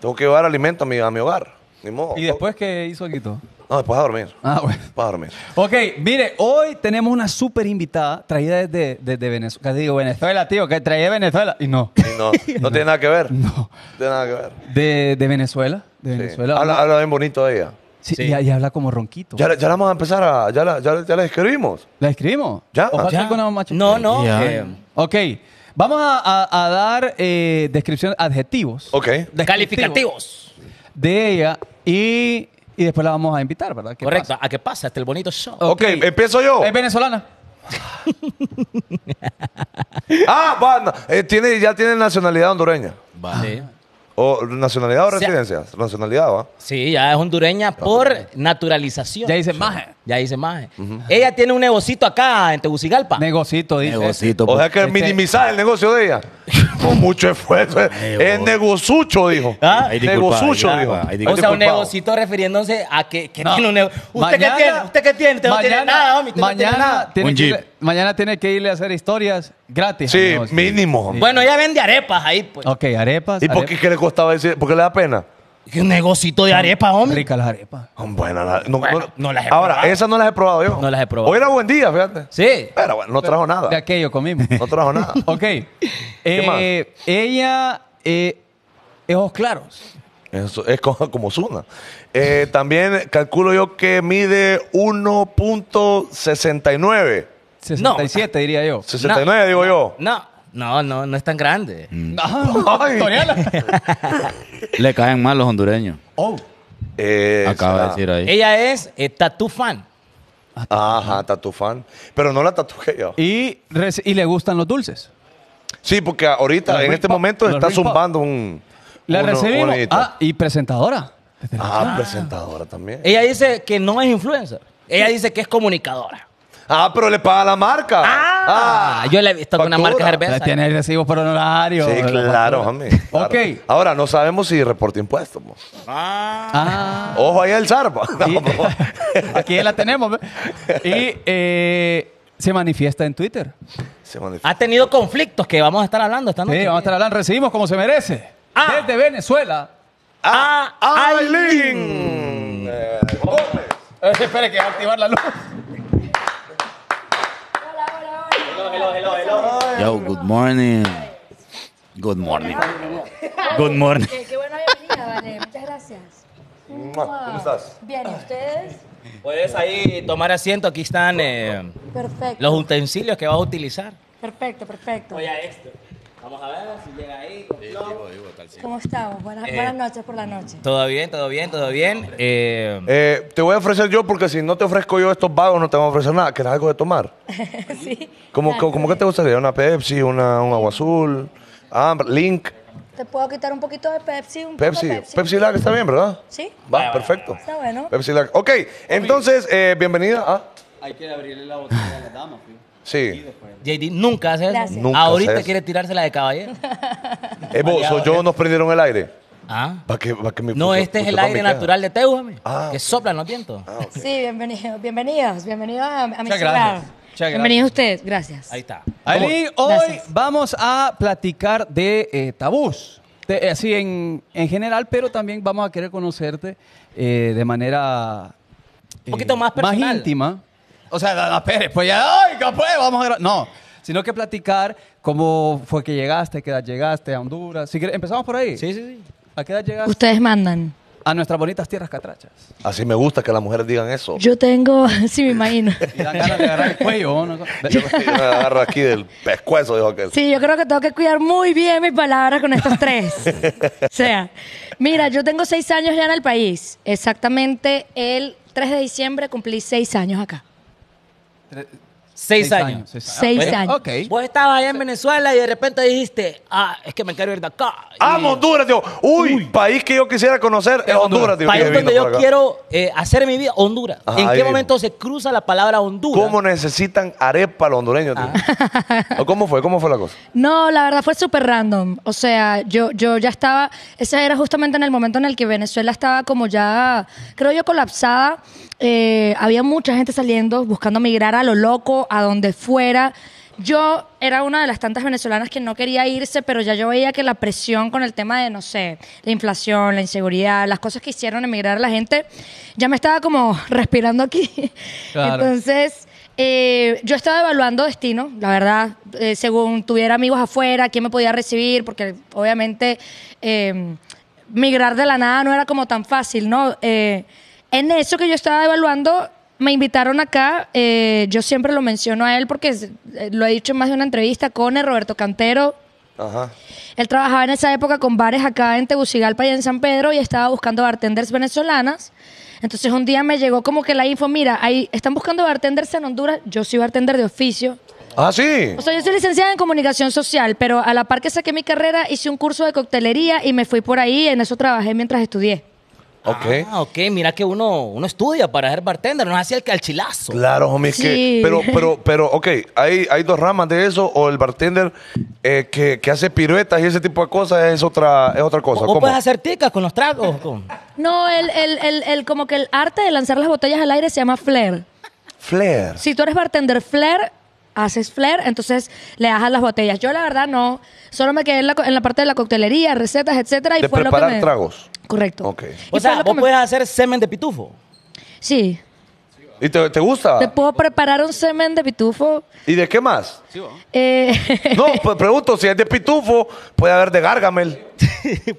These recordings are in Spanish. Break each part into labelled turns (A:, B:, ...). A: Tengo que llevar alimento a mi, a mi hogar. Ni modo.
B: ¿Y después qué hizo Guito?
A: No, después a dormir.
B: Ah, bueno.
A: Después a dormir.
B: Ok, mire, hoy tenemos una súper invitada traída desde, desde Venezuela. Digo, Venezuela, tío, que traía de Venezuela. Y no,
A: Y no, no tiene nada que ver.
B: No.
A: tiene nada que ver.
B: de, de Venezuela. De
A: Sí.
B: Venezuela.
A: Habla, habla bien bonito de ella.
B: Sí, Y, y habla como ronquito.
A: Ya, la- ya la vamos a empezar a. Ya la, ya, la- ya la escribimos.
B: ¿La escribimos?
A: Ya.
B: ¿O falta
A: Ya.
B: alguna más, chico?
C: No, no.
D: Ya.
C: eh,
B: Ok, vamos a, a- a dar eh, descripciones, adjetivos.
A: Ok.
B: descriptivos
C: calificativos.
B: De ella y, y después la vamos a invitar, ¿verdad? ¿Qué
C: Correcto.
B: pasa? Oh.
C: ¿A qué pasa? Este el bonito show.
A: Ok, empiezo yo.
B: Es venezolana.
A: Ah, va. na- eh, tiene, ya tiene nacionalidad hondureña.
D: Va.
C: Sí.
A: O nacionalidad o
C: sea-
A: residencia. nacionalidad, ¿va?
C: Sí, ya es hondureña por naturalización.
B: Ya dice, maje.
C: Ya dice maje. Ella tiene un negocito acá en Tegucigalpa.
B: Negocito,
E: Eh,
B: dice.
D: Negocito.
A: O sea
D: pues.
A: que
B: Este-
A: minimizar el negocio de ella. Con mucho esfuerzo. Es
D: vos.
A: negosucho, dijo.
C: ¿Ah?
D: Ahí disculpa,
A: Negosucho,
D: ahí
A: dijo.
D: disculpa, ahí
C: o sea,
D: disculpa.
C: un negocito refiriéndose a que, que
B: No.
C: tiene un negocio. ¿Usted
B: Mañana-
C: qué tiene? ¿Usted qué tiene? Usted no tiene
B: mañana-
C: nada, homie. Usted no
B: mañana,
C: tiene nada.
B: tiene
D: Un
B: que
D: jeep.
B: irle- mañana tiene que irle a hacer historias gratis. al
A: Sí,
B: negocio.
A: mínimo.
C: Bueno, ella vende arepas ahí, pues.
B: Ok, arepas.
A: ¿Y por qué,
B: arepas.
A: qué le costaba decir? ¿Por qué le da pena?
C: ¿Qué un negocito de arepas, hombre?
B: Rica las arepas.
A: Bueno, la- no,
C: Bueno,
A: no-
C: no las he
A: Ahora,
C: probado.
A: esas no las he probado yo.
C: No las he probado.
A: Hoy era buen día, fíjate.
C: Sí.
A: Pero bueno, no trajo
B: De
A: nada.
B: aquello comimos.
A: No trajo nada.
B: ok. Eh, ella, eh, ojos claros.
A: Eso es co- como Zuna. Eh, también calculo yo que mide 1.69.
B: 67, diría yo.
A: 69, digo yo.
C: No, no, no, no es tan grande.
A: Ay.
B: Toriala.
D: Le caen mal los hondureños.
B: Oh.
A: Eh,
D: Acaba de
A: será.
D: decir ahí.
C: Ella es eh, tatú fan.
A: Ajá, tatufán. Pero no la tatué yo.
B: Y, reci- y le gustan los dulces.
A: Sí, porque ahorita,
B: Los
A: en
B: Ring
A: este
B: Pop,
A: momento,
B: los
A: está
B: Ring Pop.
A: zumbando un.
B: La
A: uno-
B: recibimos.
A: unito.
B: Ah, y presentadora.
A: Ah, presentadora también.
C: Ella dice que no es influencer. Ella dice que es comunicadora.
A: Ah, pero le paga la marca.
C: Ah, yo la he visto con una
A: factura.
C: marca de cerveza.
B: La tiene el recibo por honorario.
A: Sí, claro, homie. claro.
B: Ok.
A: Ahora, no sabemos si reporta impuestos. mo.
B: Ah.
A: Ojo ahí el zarpa.
B: Y-
A: No, mo.
B: aquí ya la tenemos. ve. Y eh, se manifiesta en Twitter.
A: Se manifiesta.
C: Ha tenido conflictos que vamos a estar hablando esta
B: Sí,
C: noche.
B: vamos a estar hablando. Recibimos como se merece.
C: Ah.
B: Desde Venezuela.
C: Ah,
A: Aileen. Eh, Gómez.
B: Eh, espere que va a activar la luz.
D: Yo, good morning. Good morning. Good morning.
E: Qué, qué buena bienvenida, Vale. Muchas gracias.
A: Mua, Ah, ¿Cómo estás?
E: Bien, ¿y ustedes?
C: Puedes ahí tomar asiento. Aquí están eh,
E: Perfecto.
C: los utensilios que vas a utilizar.
E: Perfecto, perfecto.
C: a esto. Vamos a ver si llega ahí.
E: ¿Cómo estamos? Buenas, buenas noches por la noche.
C: Todo bien, todo bien, todo bien. Eh,
A: Eh, te voy a ofrecer yo porque si no te ofrezco yo estos vagos no te van a ofrecer nada. ¿Querés algo de tomar?
E: sí.
A: ¿Cómo,
E: Dale,
A: cómo, cómo que te
E: dale.
A: gustaría? ¿Una Pepsi? Una, ¿Un agua azul? Amber, ¿Link?
E: ¿Te puedo quitar un poquito de Pepsi? Un poco
A: ¿Pepsi?
E: de
A: ¿Pepsi, Lag está Ah, bien, verdad?
E: Sí.
A: Va, perfecto.
E: Está bueno.
A: Pepsi Lag. Ok, entonces, eh, bienvenida a...
B: Hay que abrirle la botella a la dama.
A: Sí.
C: JD nunca hace eso.
E: Gracias.
A: Nunca
C: Ahorita
A: hace eso.
C: quiere tirársela de caballero.
A: Eh, vos o yo nos prendieron el aire.
C: Ah.
A: Pa' que, pa' que mi-
C: No, este es el
A: pa' mi
C: aire
A: queja.
C: natural de Teu, mami,
A: Ah,
C: que
A: ok.
C: soplan los vientos.
E: Sí, bienvenidos, bienvenidos, bienvenidos a, a mi
B: Muchas gracias.
E: ciudad.
B: Muchas
E: Bienvenidos ustedes, gracias.
C: Ahí está.
B: Aileen, hoy
E: Gracias.
B: vamos a platicar de eh, tabús. De- así en, en general, pero también vamos a querer conocerte eh, de manera. eh,
C: Un poquito más personal.
B: íntima. O sea, Dana Pérez, pues ya, ¡ay, que pues! Vamos a. gra-". No, sino que platicar cómo fue que llegaste, qué edad llegaste a Honduras. Si querés, empezamos por ahí.
C: Sí, sí, sí.
B: ¿A qué edad llegaste?
E: Ustedes mandan.
B: A nuestras bonitas tierras catrachas.
A: Así me gusta que las mujeres digan eso. Yo,
E: Yo tengo, sí me imagino.
B: Y dan ganas de agarrar el cuello. ¿no?
A: me yo me agarro aquí del pescuezo, dijo aquel.
E: Sí, yo creo que tengo que cuidar muy bien mis palabras con estos tres. o sea, mira, yo tengo seis años ya en el país. Exactamente el 3 de diciembre cumplí seis años acá.
C: Seis, años.
E: Seis años.
B: Ok.
C: Vos estabas allá en Venezuela y de repente dijiste, ah, es que me quiero ir de acá.
A: ¡Amo
C: Y-
A: ¡Ah, Honduras, tío! Uy, país que yo quisiera conocer es Honduras, tío.
C: país
A: que vino
C: donde
A: por
C: yo
A: acá.
C: quiero eh, hacer mi vida, Honduras.
A: Ajá,
C: ¿En
A: ahí
C: qué
A: mismo.
C: momento se cruza la palabra Honduras? Ah.
A: ¿Cómo necesitan arepa los hondureños, tío? ¿O ¿Cómo fue? ¿Cómo fue la cosa?
E: No, la verdad fue súper random. O sea, yo, yo ya estaba, ese era justamente en el momento en el que Venezuela estaba como ya, creo yo, colapsada. Eh, había mucha gente saliendo, buscando migrar a lo loco, a donde fuera. Yo era una de las tantas venezolanas que no quería irse, pero ya yo veía que la presión con el tema de, no sé, la inflación, la inseguridad, las cosas que hicieron emigrar a la gente, ya me estaba como respirando aquí.
B: Claro.
E: Entonces, eh, yo estaba evaluando destino, la verdad, eh, según tuviera amigos afuera, quién me podía recibir, porque obviamente eh, migrar de la nada no era como tan fácil, ¿no? Eh, en eso que yo estaba evaluando, me invitaron acá, eh, yo siempre lo menciono a él porque es- eh, lo he dicho en más de una entrevista, con Roberto Cantero,
A: Ajá.
E: él trabajaba en esa época con bares acá en Tegucigalpa y en San Pedro y estaba buscando bartenders venezolanas. Entonces un día me llegó como que la info, mira, ahí están buscando bartenders en Honduras, yo soy bartender de oficio.
A: Ah, sí.
E: O sea, yo soy licenciada en comunicación social, pero a la par que saqué mi carrera hice un curso de coctelería y me fui por ahí, en eso trabajé mientras estudié.
A: Ok.
C: Ah, ok, mira que uno, uno estudia para ser bartender, no es así el que al chilazo.
A: Claro, homie, es que.
E: Sí.
A: Pero, pero, pero, ok, hay, hay dos ramas de eso, o el bartender eh, que, que hace piruetas y ese tipo de cosas es otra, es otra cosa.
C: O-
A: ¿Cómo?
C: o puedes hacer ticas con los tragos. con-
E: No, el, el, el, el- como que el arte de lanzar las botellas al aire se llama flair.
A: Flair.
E: Si tú eres bartender flair, haces flair, entonces le das a las botellas. Yo la verdad no, solo me quedé en la, co- en la parte de la coctelería, recetas, etcétera. Y
A: De
E: fue lo
A: preparar
E: que me-
A: tragos.
E: Correcto.
A: Ok.
E: Y
C: O
E: fue
C: sea,
E: lo que
C: vos
E: me-
C: puedes hacer semen de pitufo.
E: Sí,
A: ¿Y te, te gusta?
E: te puedo preparar un semen de pitufo.
A: ¿Y de qué más?
E: eh,
A: No, pues pregunto, si es de pitufo, puede haber de Gargamel.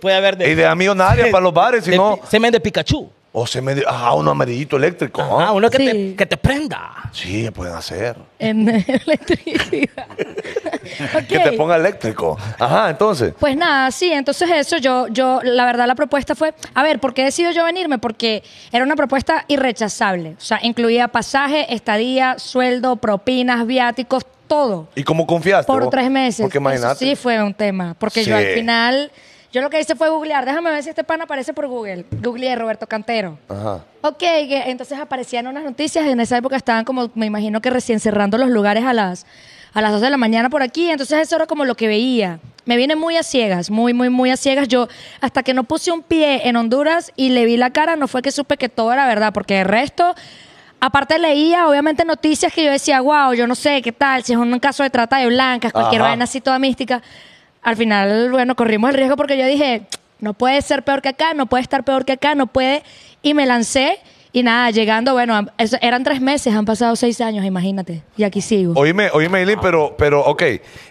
C: Puede haber de.
A: Y de amigo nadie para los bares, si
C: de
A: no.
C: pi- Semen de Pikachu.
A: O se me. Ah, uno amarillito eléctrico. ¿ah?
C: Ah, uno que, te,
E: Sí.
C: que te prenda.
A: Sí, pueden hacer.
E: en electricidad. Ok.
A: Que te ponga eléctrico. Ajá, entonces.
E: Pues nada, sí, entonces eso, yo, yo, la verdad la propuesta fue, a ver, ¿por qué decido yo venirme? Porque era una propuesta irrechazable, o sea, incluía pasaje, estadía, sueldo, propinas, viáticos, todo,
A: ¿Y cómo confiaste?
E: por
A: vos?
E: tres meses.
A: Porque
E: Eso
A: imagínate.
E: sí fue un tema, porque yo
A: Sí.
E: al final, yo lo que hice fue googlear, déjame ver si este pan aparece por Google, googleé Roberto Cantero.
A: Ajá.
E: Ok, que entonces aparecían unas noticias, en esa época estaban como, me imagino que recién cerrando los lugares a las, a las 2 de la mañana por aquí, entonces eso era como lo que veía. Me viene muy a ciegas, muy, muy, muy a ciegas. Yo, hasta que no puse un pie en Honduras y le vi la cara, no fue que supe que todo era verdad, porque de resto, aparte leía obviamente noticias que yo decía, wow, yo no sé qué tal, si es un caso de trata de blancas, cualquier
A: Ajá.
E: vaina así toda mística. Al final, bueno, corrimos el riesgo porque yo dije, no puede ser peor que acá, no puede estar peor que acá, no puede. Y me lancé y nada, llegando, bueno, am- eso- eran tres meses, han pasado seis años, imagínate. Y aquí sigo.
A: Oíme, oíme, Eileen, pero, pero, ok.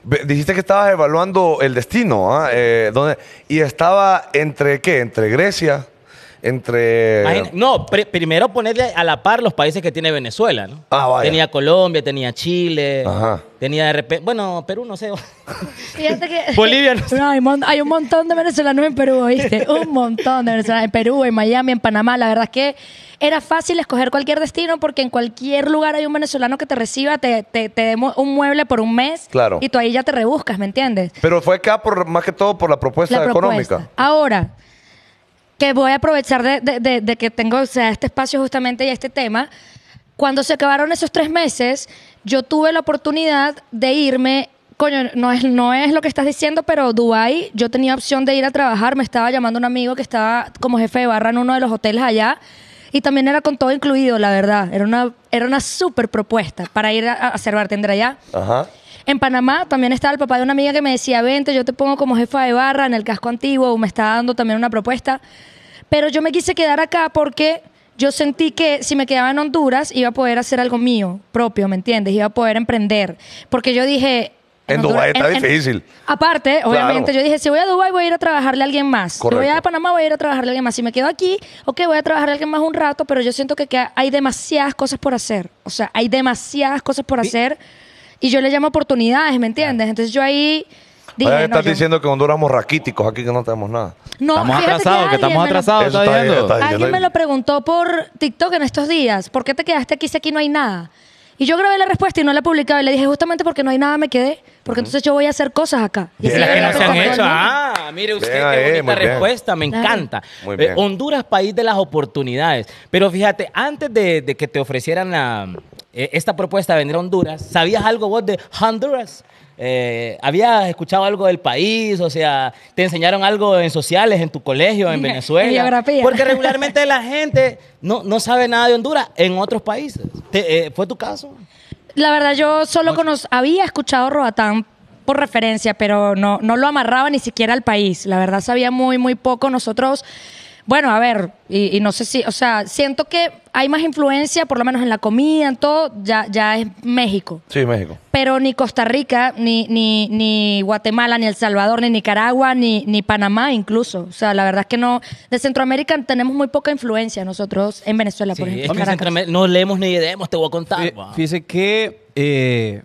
A: ve- Dijiste que estabas evaluando el destino, ¿ah? Eh, ¿dónde? Y estaba entre qué? Entre Grecia, entre.
C: Imagina- no, pri- primero ponerle a la par los países que tiene Venezuela, ¿no?
A: Ah, vaya.
C: Tenía Colombia, tenía Chile,
A: Ajá.
C: tenía de repente, bueno, Perú no sé.
E: Fíjate que-
C: Bolivia, no sé.
E: No, hay, mon- hay un montón de venezolanos en Perú, ¿viste? Un montón de venezolanos en Perú, en Miami, en Panamá. La verdad es que era fácil escoger cualquier destino porque en cualquier lugar hay un venezolano que te reciba, te, te, te dé mu- un mueble por un mes.
A: Claro.
E: Y tú ahí ya te rebuscas, ¿me entiendes?
A: Pero fue acá por, más que todo por la propuesta
E: la
A: económica.
E: propuesta. Ahora, que voy a aprovechar de, de- de- de que tengo o sea, este espacio justamente y este tema. Cuando se acabaron esos tres meses, yo tuve la oportunidad de irme. Coño, no es, no es lo que estás diciendo, pero Dubai, yo tenía opción de ir a trabajar. Me estaba llamando un amigo que estaba como jefe de barra en uno de los hoteles allá. Y también era con todo incluido, la verdad. Era una, era una súper propuesta para ir a, a hacer bartender allá.
A: Ajá.
E: En Panamá también estaba el papá de una amiga que me decía, vente, yo te pongo como jefa de barra en el casco antiguo, me está dando también una propuesta. Pero yo me quise quedar acá porque yo sentí que si me quedaba en Honduras iba a poder hacer algo mío, propio, ¿me entiendes? Iba a poder emprender. Porque yo dije...
A: En Dubái está difícil.
E: Aparte, obviamente, yo dije, si voy a Dubái voy a ir a trabajarle a alguien más. Si voy
A: Correcto.
E: a Panamá voy a ir a trabajarle a alguien más. Si me quedo aquí, ok, voy a trabajarle a alguien más un rato, pero yo siento que acá hay demasiadas cosas por hacer. O sea, hay demasiadas cosas por hacer y yo le llamo oportunidades, ¿me entiendes? Entonces yo ahí dije,
A: Ahora me
E: no,
A: estás
E: yo-
A: diciendo que en Honduras somos raquíticos, aquí que no tenemos nada.
E: no,
D: estamos
E: fíjate
D: atrasados, que,
E: alguien
D: estamos
E: me lo- Eh,
D: atrasados.
A: Eso
D: ¿estás
A: está bien,
D: viendo?
A: está bien.
E: Alguien me lo preguntó por TikTok en estos días. ¿Por qué te quedaste aquí si aquí no hay nada? Y yo grabé la respuesta y no la publicaba. Y le dije, justamente porque no hay nada me quedé. Porque entonces yo voy a hacer cosas acá. Y
A: Bien. Las
E: así le
A: que
E: digo
A: no se
E: a
A: han
E: todo el mundo.
C: Ah, mire usted,
A: Bien
C: qué
A: ahí,
C: bonita
A: eh, muy bien.
C: respuesta, me
E: Claro.
C: encanta.
A: Muy
C: Eh,
A: bien.
C: Honduras, país de las oportunidades. Pero fíjate, antes de, de que te ofrecieran la- eh, esta propuesta de venir a Honduras, ¿sabías algo vos de Honduras? Eh, ¿Habías escuchado algo del país? O sea, ¿te enseñaron algo en sociales, en tu colegio, en
E: En
C: Venezuela?
E: geografía.
C: Porque regularmente la gente no, no sabe nada de Honduras en otros países. Te- eh, ¿Fue tu caso?
E: La verdad, yo solo conoz- había escuchado Roatán por referencia, pero no, no lo amarraba ni siquiera al país. La verdad, sabía muy, muy poco. Nosotros, bueno, a ver, y, y no sé si, o sea, siento que hay más influencia, por lo menos en la comida, en todo, ya, ya es México.
A: Sí, México.
E: Pero ni Costa Rica, ni, ni, ni Guatemala, ni El Salvador, ni Nicaragua, ni, ni Panamá incluso. O sea, la verdad es que no. De Centroamérica tenemos muy poca influencia nosotros en Venezuela, Ah, por
C: Sí,
E: ejemplo.
C: es que en
E: Caracas.
C: Centroamérica no leemos ni leemos, te voy a contar.
B: Fí-
C: guau.
B: Eh, Fíjese que eh,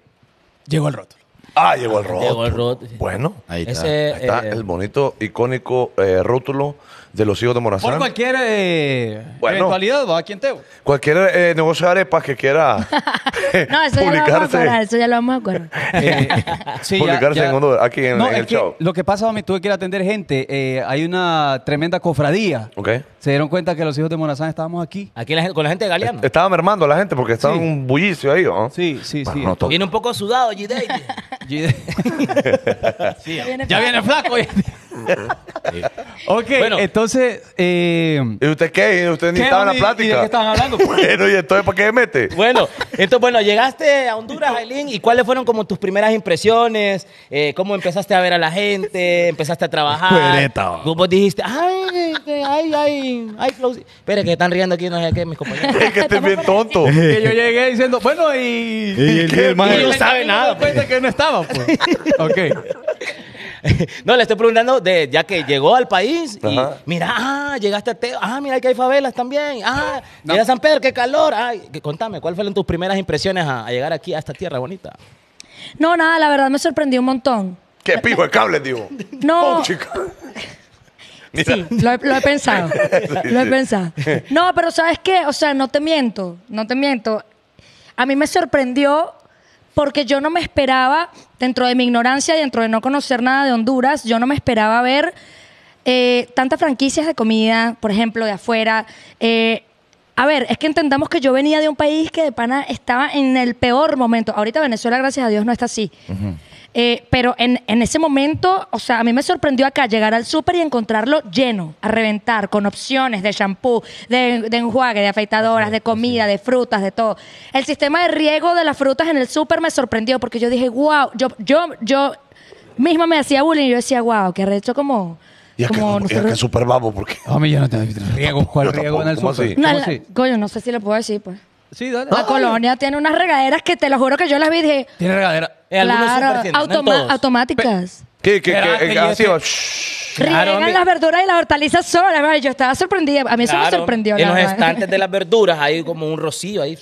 B: llegó el rótulo.
A: Ah, llegó el rótulo.
C: Llegó el rótulo.
A: Bueno. Ahí
D: Ahí está.
C: Ese,
A: está
C: eh,
A: el bonito, icónico eh, rótulo de los hijos de Morazán.
B: Por cualquier eh,
A: Bueno.
B: eventualidad, va a quien te.
A: Cualquier eh, negocio de arepas que quiera
E: No, eso ya lo vamos a acordar,
A: publicarse.
E: eso ya lo vamos a acordar.
B: Eh, sí, ya-
A: Publicarse
B: ya-
A: en uno- aquí en-
B: No,
A: en
B: es
A: el
B: que
A: show.
B: Lo que pasa, mami, tuve que ir a atender gente. Eh, hay una tremenda cofradía.
A: Ok.
B: Se dieron cuenta que los hijos de Morazán estábamos aquí.
C: Aquí la gente- con la gente de Galeano.
A: Mm. Estaba mermando a la gente porque estaba
B: Sí.
A: un bullicio ahí, ¿no?
B: Sí, sí, sí.
A: Bueno, no to-
C: Viene un poco sudado, G. Day.
B: Sí, ya viene, flaco. ya. ok,
C: Bueno.
B: entonces. eh,
A: ¿Y usted qué? ¿Usted ni
B: ¿qué,
A: estaba en la
B: mami? ¿Y de
A: plática?
B: qué estaban hablando? Pues,
A: bueno, ¿y entonces para qué se mete?
C: Bueno, entonces, bueno, llegaste a Honduras, Aileen, ¿y cuáles fueron como tus primeras impresiones? Eh, ¿Cómo empezaste a ver a la gente? ¿Empezaste a trabajar?
D: Cuereta, va.
C: ¿Cómo dijiste? Ay, este, ay, ay, ay, Clausi- Espera, que están riendo aquí, no sé qué, mis compañeros.
A: es que este es bien tonto.
B: que yo llegué diciendo, bueno, y.
D: Y el- y el maje-
B: y
C: No
B: me-
C: sabe
B: y me
C: nada,
B: doy cuenta que no estaba, pues. ok.
C: No, le estoy preguntando de ya que llegó al país y
A: Ajá.
C: mira, ah, llegaste a Teo, ah, mira que hay favelas también, ah, mira San Pedro, qué calor, ay, que- contame, ¿cuáles fueron tus primeras impresiones a, a llegar aquí a esta tierra bonita?
E: No, nada, la verdad me sorprendió un montón.
A: ¿Qué pijo de cable, digo?
E: No.
A: Oh, chica. Mira.
E: Sí, lo he, lo he pensado. lo he
A: sí.
E: pensado. No, pero ¿sabes qué? O sea, no te miento, no te miento. A mí me sorprendió porque yo no me esperaba, dentro de mi ignorancia, dentro de no conocer nada de Honduras, yo no me esperaba ver eh, tantas franquicias de comida, por ejemplo, de afuera. Eh, a ver, es que entendamos que yo venía de un país que de pana estaba en el peor momento. Ahorita Venezuela, gracias a Dios, no está así. Eh, pero en, en ese momento, o sea, a mí me sorprendió acá llegar al súper y encontrarlo lleno, a reventar, con opciones de shampoo, de, de enjuague, de afeitadoras, de comida, de frutas, de todo. El sistema de riego de las frutas en el súper me sorprendió porque yo dije, wow, yo, yo, yo misma me hacía bullying y yo decía, wow, que arrecho como...
A: Y es que,
E: como
A: y es que
E: nosotros-
A: es súper babo porque...
B: Hombre, yo no tengo riego. ¿Cuál
A: Yo
B: riego en el
A: tampoco, ¿cómo
B: súper?
A: así?
E: No,
B: ¿Cómo
E: la-
B: así?
E: coño, no sé si lo puedo decir, pues.
B: Sí, dale.
E: La colonia tiene unas regaderas que te lo juro que yo las vi y dije,
B: Tiene regadera. Eh,
C: En algunos súper tienen, no en
E: automa-
C: todos.
E: automáticas.
A: ¿Qué, qué,
B: Era
A: qué?
B: que
A: Así
B: ah, yo
A: va.
B: te-
A: Shh.
B: Claro,
E: Riegan
B: hombre.
E: las verduras y las hortalizas solas. ¿verdad? Yo estaba sorprendida. A mí eso me
C: Claro,
E: sorprendió.
C: En
E: la
C: los
E: verdad.
C: estantes de las verduras hay como un rocío ahí.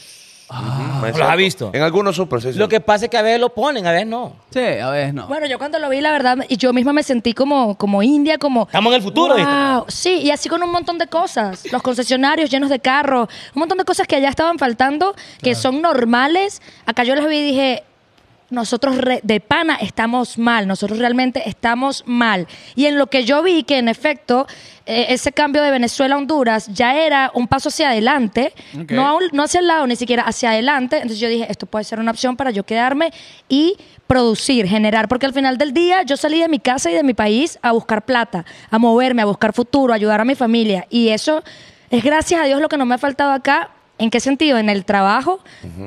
B: Ah,
C: ¿Los
A: Exacto.
C: has visto?
A: En algunos super, sí, sí.
C: Lo que pasa es que a veces lo ponen, a veces no.
B: Sí, a ver, no.
E: Bueno, yo cuando lo vi, la verdad, y yo misma me sentí como, como india, como...
C: Estamos en el futuro,
E: Wow. Sí, y así con un montón de cosas. Los concesionarios llenos de carros, un montón de cosas que allá estaban faltando, que son normales. Acá yo las vi y dije, nosotros re- de pana estamos mal, nosotros realmente estamos mal. Y en lo que yo vi que en efecto eh, ese cambio de Venezuela a Honduras ya era un paso hacia adelante,
B: Ok.
E: no, a un- no hacia el lado, ni siquiera hacia adelante. Entonces yo dije, esto puede ser una opción para yo quedarme y producir, generar, porque al final del día yo salí de mi casa y de mi país a buscar plata, a moverme, a buscar futuro, a ayudar a mi familia. Y eso es gracias a Dios lo que no me ha faltado acá ¿En qué sentido? En el trabajo.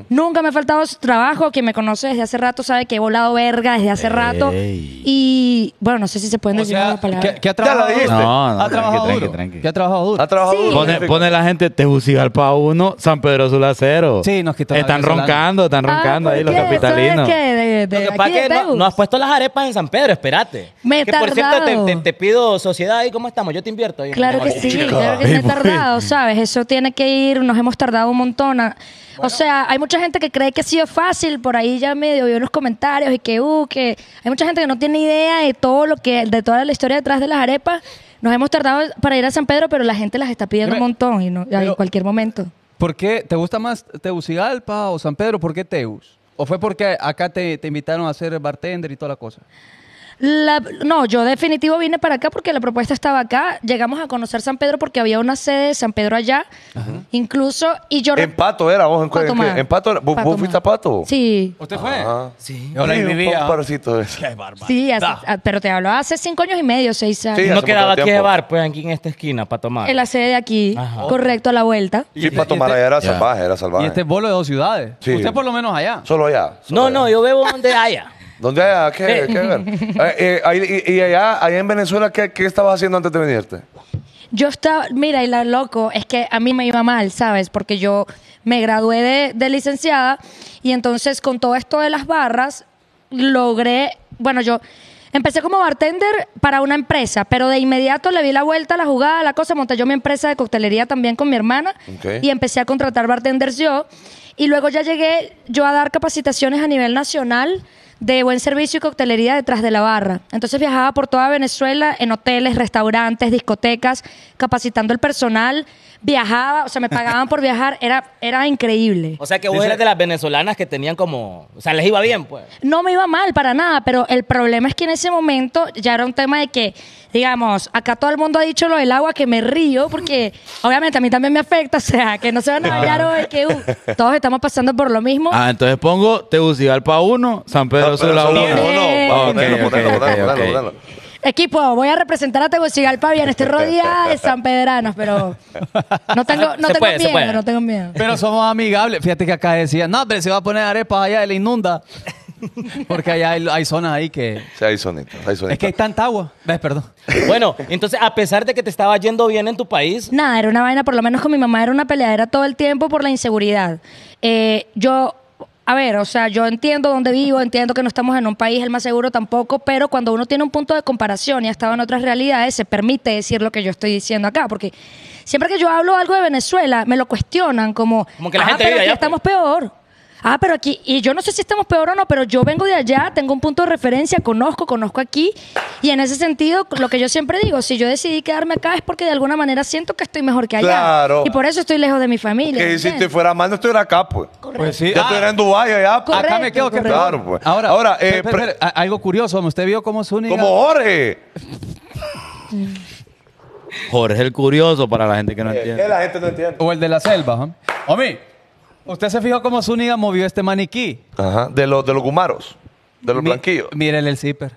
E: Nunca me ha faltado s- trabajo. Quien me conoce desde hace rato sabe que he volado verga desde hace rato. Y bueno, no sé si se pueden
B: O
E: decir
B: sea,
E: las palabras.
B: ¿qué, qué ha
A: Ya la
B: trabajado
A: dijiste.
B: duro?
D: No, no,
B: ha
D: tranqui,
B: trabajado
D: tranqui,
B: duro.
D: tranqui.
B: ¿Qué ha trabajado duro?
A: ¿Ha trabajado
E: Sí.
A: duro?
D: Pone,
A: Significa-
D: pone la gente Tegucigalpa 1, San Pedro Sula 0.
B: Sí, nos quitó la
D: Están
B: venezolana.
D: roncando, están
E: Ah,
D: roncando ahí
E: ¿por
D: los
E: qué? ¿Eso
D: capitalinos.
E: es que de, de
C: Lo que
E: aquí
C: pasa
E: de
C: es que no,
E: Tegu?
C: no has puesto las arepas en San Pedro, espérate.
E: Me he
C: que por cierto, te,
E: tardado.
C: te- te pido sociedad ahí, ¿cómo estamos? Yo te invierto. ahí.
E: Claro que sí,
A: chica.
E: claro que se
D: Ey,
E: ha
D: pues.
E: tardado, ¿sabes? Eso tiene que ir, nos hemos tardado un montón. a- O sea, hay mucha gente que cree que ha sido fácil, por ahí ya medio vio en los comentarios y que, uh, que hay mucha gente que no tiene idea de todo lo que, de toda la historia detrás de las arepas. Nos hemos tardado para ir a San Pedro, pero la gente las está pidiendo un
B: Dime,
E: montón y no, y en
B: pero-
E: cualquier momento.
B: ¿Por qué? ¿Te gusta más Tegucigalpa o San Pedro? ¿Por qué Teus? ¿O fue porque acá te, te invitaron a ser bartender y toda la cosa?
E: La- no, yo definitivo vine para acá porque la propuesta estaba acá. Llegamos a conocer San Pedro porque había una sede de San Pedro allá. Incluso, y yo...
A: En Pato era, vos en,
E: Pato
A: en,
E: Mar.
A: en Pato era. ¿Vos,
E: Pato
A: vos fuiste
E: Mar.
A: a Pato?
E: Sí.
B: ¿Usted fue?
A: Ajá.
C: Sí.
B: Yo la
A: Sí,
B: vivía.
A: Un parcito de eso.
B: Qué bárbaro.
E: Sí, hace-
B: Da.
E: ah, pero te hablo hace cinco años y medio, seis años.
A: Sí, hace
C: no
A: mucho
C: quedaba aquí de
A: tiempo.
C: bar, pues aquí en esta esquina para tomar.
E: En la sede de aquí,
C: Ajá.
E: correcto, a la vuelta.
A: Sí,
B: Y-
A: Pato
B: y
A: Mara
B: este-
A: era
D: Ya.
A: salvaje, era salvaje.
B: Y este bolo de dos ciudades.
A: Sí.
B: Usted por lo menos allá.
A: Solo allá. solo
C: No,
A: allá.
C: no, yo bebo donde haya.
A: ¿Dónde hay? ¿Qué, qué ver? Eh, eh, ahí- y, y allá, allá en Venezuela, ¿qué, ¿qué estabas haciendo antes de venirte?
E: Yo estaba, mira, y la loco, es que a mí me iba mal, ¿sabes? Porque yo me gradué de, de licenciada y entonces con todo esto de las barras logré, bueno, yo empecé como bartender para una empresa, pero de inmediato le vi la vuelta, a la jugada, a la cosa, monté yo mi empresa de coctelería también con mi hermana
A: Ok.
E: y empecé a contratar bartenders yo y luego ya llegué yo a dar capacitaciones a nivel nacional de buen servicio y coctelería detrás de la barra. Entonces viajaba por toda Venezuela en hoteles, restaurantes, discotecas, capacitando el personal, viajaba, o sea, me pagaban por viajar, era, era increíble.
C: O sea que vos
B: Dice-
C: eras de las venezolanas que tenían como. O sea, les iba bien, pues.
E: No me iba mal para nada, pero el problema es que en ese momento ya era un tema de que, digamos, acá todo el mundo ha dicho lo del agua, que me río, porque obviamente a mí también me afecta, o sea, que no se van a bailar hoy, que uh, todos estamos pasando por lo mismo.
D: Ah, entonces pongo Tegucigalpa 1, San Pedro Sula 1.
A: no, no,
E: Bien.
A: vamos a ponerlo,
D: Ok, ok,
A: ponerlo,
D: ok,
A: ponerlo,
D: ok.
A: ponerlo, ponerlo.
E: Equipo, voy a representar a Tegucigalpa bien, estoy rodeada de sanpedranos, pero no tengo, no
C: Se
E: tengo
C: puede, se
E: miedo,
C: puede.
E: no tengo miedo.
B: Pero somos amigables. Fíjate que acá decían, no, pero se va a poner arepas allá de la inunda. Porque allá hay, hay zonas ahí que...
A: Sí, hay sonitos, hay
B: Es que hay
A: sonitos.
B: tanta agua. Ves, perdón.
C: Bueno, entonces, a pesar de que te estaba yendo bien en tu país,
E: Nada, era una vaina, por lo menos con mi mamá era una peleadera todo el tiempo por la inseguridad. Eh, yo, a ver, o sea, yo entiendo dónde vivo, entiendo que no estamos en un país el más seguro tampoco, pero cuando uno tiene un punto de comparación y ha estado en otras realidades, se permite decir lo que yo estoy diciendo acá, porque siempre que yo hablo algo de Venezuela, me lo cuestionan como,
C: Como que la
E: "Ah,
C: gente
E: pero
C: vive
E: aquí
C: allá, pues".
E: estamos peor. Ah, pero aquí, y yo no sé si estamos peor o no, pero yo vengo de allá, tengo un punto de referencia, conozco, conozco aquí, y en ese sentido, lo que yo siempre digo, si yo decidí quedarme acá es porque de alguna manera siento que estoy mejor que allá.
A: Claro.
E: Y por eso estoy lejos de mi familia.
A: Que si
E: ¿entiendes?
A: te fuera mal, no estuviera acá, pues.
B: Pues sí.
A: Ya
B: Ah,
A: estuviera en Dubái allá, pues.
B: acá me quedo que...
A: Claro, pues.
B: Ahora,
A: Ahora,
B: espere,
A: eh,
B: espere,
A: pre-
B: espere. A- algo curioso. Usted vio cómo Zúñiga...
A: Como Jorge.
D: Jorge el Curioso, para la gente que no
A: Que
D: entiende.
A: la gente no entiende.
B: O el de la selva. ¿eh? Omi, ¿usted se fijó cómo Zúñiga movió este maniquí?
A: Ajá, de los, de los gumaros, de los
B: Mi-
A: blanquillos.
B: Mírenle el zipper.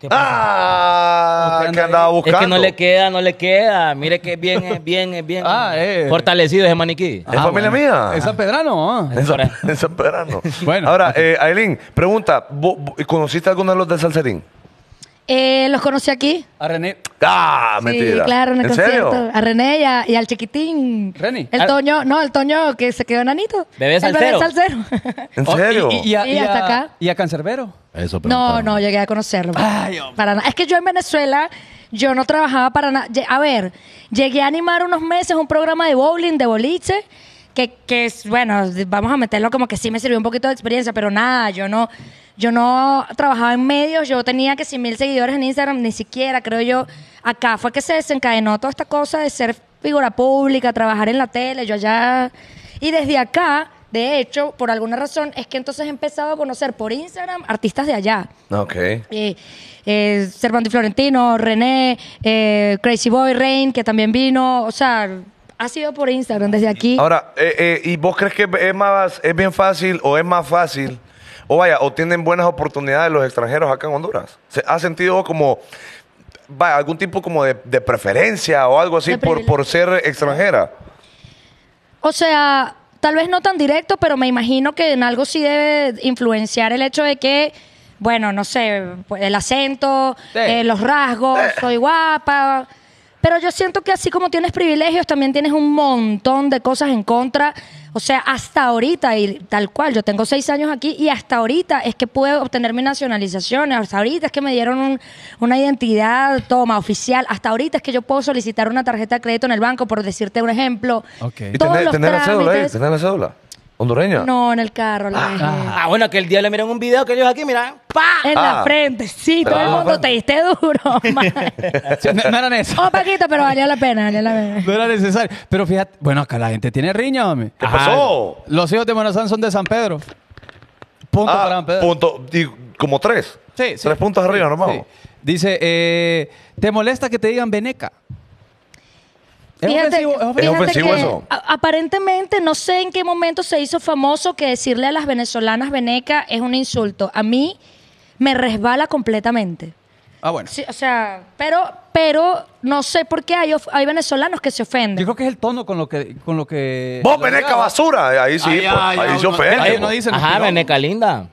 C: ¿qué pasa?
A: Ah,
B: Buscando
A: que andaba
B: ahí.
A: buscando.
C: Es que no le queda, no le queda. Mire que bien, es bien, es bien
B: Ah, eh.
C: fortalecido ese maniquí.
A: Es familia mía.
B: Ah, Es San Pedrano. ¿eh?
A: En San, en San Pedrano.
B: Bueno.
A: Ahora, eh, Aileen, pregunta, ¿vo- vo- ¿conociste alguno de los de Salserín?
E: Eh, los conocí aquí.
B: A René.
A: Ah, mentira.
E: Sí, claro, en el
A: ¿En
E: concierto.
A: serio?
E: A René y, a- y al chiquitín.
B: Reni.
E: El
C: Al-
E: Toño, no, el Toño que se quedó enanito.
C: Bebé
E: El
C: salsero.
E: salsero.
A: ¿En
B: Oh, y-
A: serio?
B: Y, y a,
E: Sí,
B: y a-
E: hasta acá.
B: y a Cancerbero.
D: Eso
E: No,
D: preguntaba.
E: no, llegué a conocerlo.
C: Ah,
B: Ay, hombre.
E: para nada. Es que yo en Venezuela, yo no trabajaba para nada. A ver, llegué a animar unos meses un programa de bowling, de boliche, que, que es, bueno, vamos a meterlo como que sí me sirvió un poquito de experiencia, pero nada, yo no, yo no trabajaba en medios, yo tenía que 100 mil seguidores en Instagram, ni siquiera, creo yo. Acá fue que se desencadenó toda esta cosa de ser figura pública, trabajar en la tele, yo allá. Y desde acá, de hecho, por alguna razón, es que entonces he empezado a conocer por Instagram artistas de allá.
A: Ok.
E: Eh, eh, Servando y Florentino, René, eh, Crazy Boy, Rain, que también vino. O sea, ha sido por Instagram desde aquí.
A: Ahora, eh, eh, ¿y vos crees que es más, es bien fácil o es más fácil? O vaya, o tienen buenas oportunidades los extranjeros acá en Honduras. ¿Se- ¿Has sentido vos como, vaya, algún tipo como de, de preferencia o algo así
E: De
A: por, por ser extranjera?
E: O sea, tal vez no tan directo, pero me imagino que en algo sí debe influenciar el hecho de que, bueno, no sé, pues, el acento,
B: Sí.
E: eh, los rasgos, soy guapa. Pero yo siento que así como tienes privilegios, también tienes un montón de cosas en contra. O sea, hasta ahorita, y tal cual, yo tengo seis años aquí y hasta ahorita es que pude obtener mi nacionalización, hasta ahorita es que me dieron un- una identidad, toma, oficial, hasta ahorita es que yo puedo solicitar una tarjeta de crédito en el banco, por decirte un ejemplo.
B: Ok.
A: ¿Y
E: Todos
A: tener,
E: los
A: tener la cédula ahí?
E: trámites.
A: ¿Tener la cédula? ¿Hondureña?
E: No, en el carro. la dejé.
C: Ah, bueno, aquel día le miran un video que ellos aquí, mira, ¡pa!
E: En
A: Ah.
E: la frente, sí,
A: Pero
E: todo el
A: vamos
E: mundo
A: a-
E: te diste duro. man.
B: Sí, no, no eran eso.
E: oh, Paquito, pero valió la pena, valió la pena.
B: No era necesario. Pero fíjate, bueno, acá la gente tiene riña, homie. Ah,
A: ¿Qué
D: Ajá.
A: pasó?
B: Los hijos de Morazán son de San Pedro. punto
A: Ah,
B: para San Pedro.
A: punto, y como tres.
B: Sí, sí.
A: Tres puntos arriba,
B: Sí,
A: normal.
B: sí. Dice, eh, ¿te molesta que te digan veneca? Es ofensivo, es ofensivo.
E: fíjate
A: ofensivo
E: que
A: eso.
E: a- aparentemente, no sé en qué momento se hizo famoso que decirle a las venezolanas veneca es un insulto. A mí me resbala completamente.
B: Ah, bueno.
E: Sí, o sea, pero, pero no sé por qué hay, of- hay venezolanos que se
B: Yo
E: ofenden.
B: creo que es el tono con lo que... Con lo que
A: Vos,
B: lo
A: veneca
B: digamos.
A: basura. Ahí sí,
B: Ay,
A: pues,
B: ay,
A: ahí
B: ay,
A: se
B: uno- ahí
A: ofende. pues.
B: uno dice- Dicen los
C: Ajá,
B: piropos.
C: veneca linda.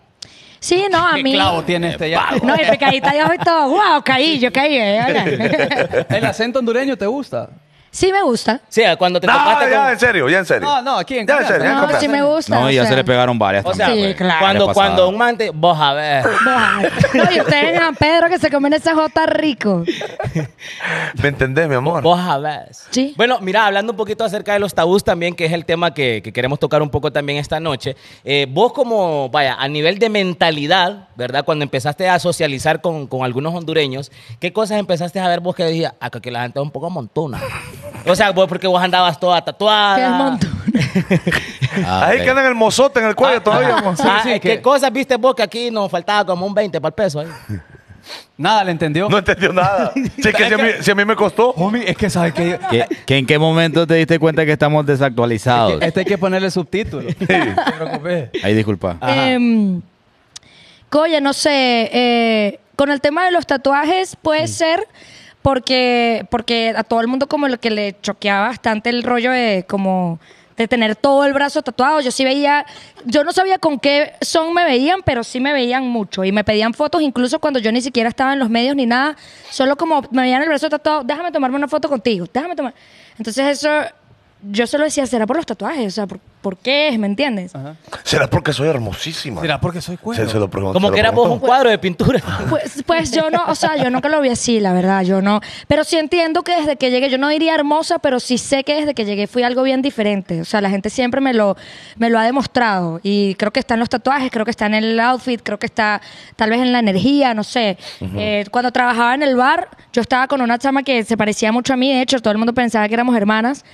E: Sí, no, a
B: ¿Qué
E: mí.
B: clavo tiene este ya?
E: No, y pecadita Dios y todo. ¡Wow! Caí, yo caí. eh, hola.
B: ¿El acento hondureño te gusta?
E: Sí, me gusta.
C: O sea, cuando te
A: No,
C: topaste
A: ya,
C: con-
A: en serio, ya en serio.
B: No, no, aquí en
A: Ya en
B: confianza,
A: serio, ya en
B: en
E: No,
A: confianza.
E: sí me gusta.
D: No, y
E: o
D: ya
E: sea.
D: se le pegaron varias.
C: O sea,
D: también,
E: Sí,
D: güey.
E: claro.
D: Le
C: Cuando,
D: pasaron.
C: cuando un mante, vos a ver.
E: No, y ustedes en San Pedro que se comen ese jota rico.
A: ¿Me entendés, mi amor?
C: Vos sabés.
E: Sí.
C: Bueno, mira, hablando un poquito acerca de los tabús también, que es el tema que, que queremos tocar un poco también esta noche. eh, vos como, vaya, a nivel de mentalidad, ¿verdad? Cuando empezaste a socializar con, con algunos hondureños, ¿qué cosas empezaste a ver vos que decías, acá que la gente es un poco montona? o sea, vos porque vos andabas toda tatuada.
E: Que es montón.
D: Ah,
A: Ahí
D: ok.
A: que andan el mozote en el cuello todavía. mo.
C: Ah,
B: Sí, sí,
C: ¿Qué
B: que-
C: cosas viste vos que aquí nos faltaba como un 20 para el peso eh? ahí?
B: Nada, ¿le entendió?
A: No entendió nada. Sí, que si a mí, si a mí me costó.
B: Homie, es que sabes que...
D: ¿Qué- que ¿En qué momento te diste cuenta que estamos desactualizados?
B: Este hay que ponerle subtítulos. No te preocupes.
D: Ahí disculpa.
E: Em, Coye, no sé, eh, con el tema de los tatuajes puede ser porque, porque a todo el mundo como lo que le choqueaba bastante el rollo de como de tener todo el brazo tatuado. Yo sí veía, yo no sabía con qué son me veían, pero sí me veían mucho. Y me pedían fotos incluso cuando yo ni siquiera estaba en los medios ni nada. Solo como me veían el brazo tatuado, déjame tomarme una foto contigo, déjame tomar. Entonces eso, yo solo decía, será por los tatuajes, o sea, ¿por, por qué es? ¿Me entiendes?
A: ¿Será porque soy hermosísima?
B: Será porque soy cuero.
A: Se, se lo pregunto.
C: Como
A: se lo
C: que eras vos un
A: pregunto.
C: cuadro de pintura.
E: Pues, pues yo no, o sea, yo nunca lo vi así, la verdad, yo no. Pero sí entiendo que desde que llegué, yo no diría hermosa, pero sí sé que desde que llegué fui algo bien diferente. O sea, la gente siempre me lo, me lo ha demostrado. Y creo que está en los tatuajes, creo que está en el outfit, creo que está tal vez en la energía, no sé. Eh, cuando trabajaba en el bar, yo estaba con una chama que se parecía mucho a mí, de hecho, todo el mundo pensaba que éramos hermanas.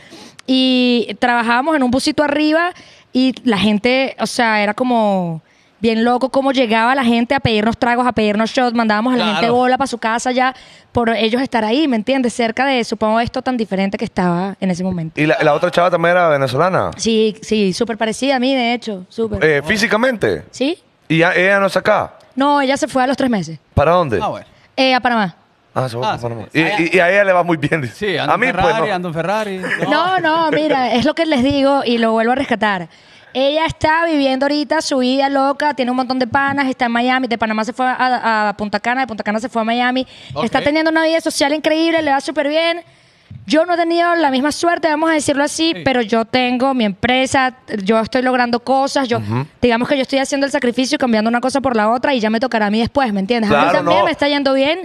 E: Y trabajábamos en un busito arriba y la gente, o sea, era como bien loco cómo llegaba la gente a pedirnos tragos, a pedirnos shots, mandábamos a la
B: Claro.
E: gente bola para su casa ya por ellos estar ahí, ¿me entiendes? Cerca de, supongo, esto tan diferente que estaba en ese momento.
A: ¿Y la, la otra chava también era venezolana?
E: Sí, sí, súper parecida a mí, de hecho, súper.
A: Eh, ¿Físicamente?
E: ¿Sí?
A: ¿Y ya- ella no es acá?
E: No, ella se fue a los tres meses,
A: ¿Para dónde?
B: Ah, bueno.
E: eh, a Panamá.
A: Ah, se va
B: Ah,
A: a Panamá.
B: sí, sí.
A: Y- y, y a ella le va muy bien. dice.
B: Sí, ando
A: a mí,
B: en Ferrari,
A: pues no.
B: ando en Ferrari.
E: No, no, mira, es lo que les digo y lo vuelvo a rescatar. Ella está viviendo ahorita su vida loca, tiene un montón de panas, está en Miami, de Panamá se fue a, a Punta Cana, de Punta Cana se fue a Miami,
B: Ok.
E: está teniendo una vida social increíble, le va súper bien. Yo no he tenido la misma suerte, vamos a decirlo así, pero yo tengo mi empresa, yo estoy logrando cosas, yo digamos que yo estoy haciendo el sacrificio y cambiando una cosa por la otra y ya me tocará a mí después, ¿me entiendes? a mí
A: Claro,
E: también
A: no.
E: me está yendo bien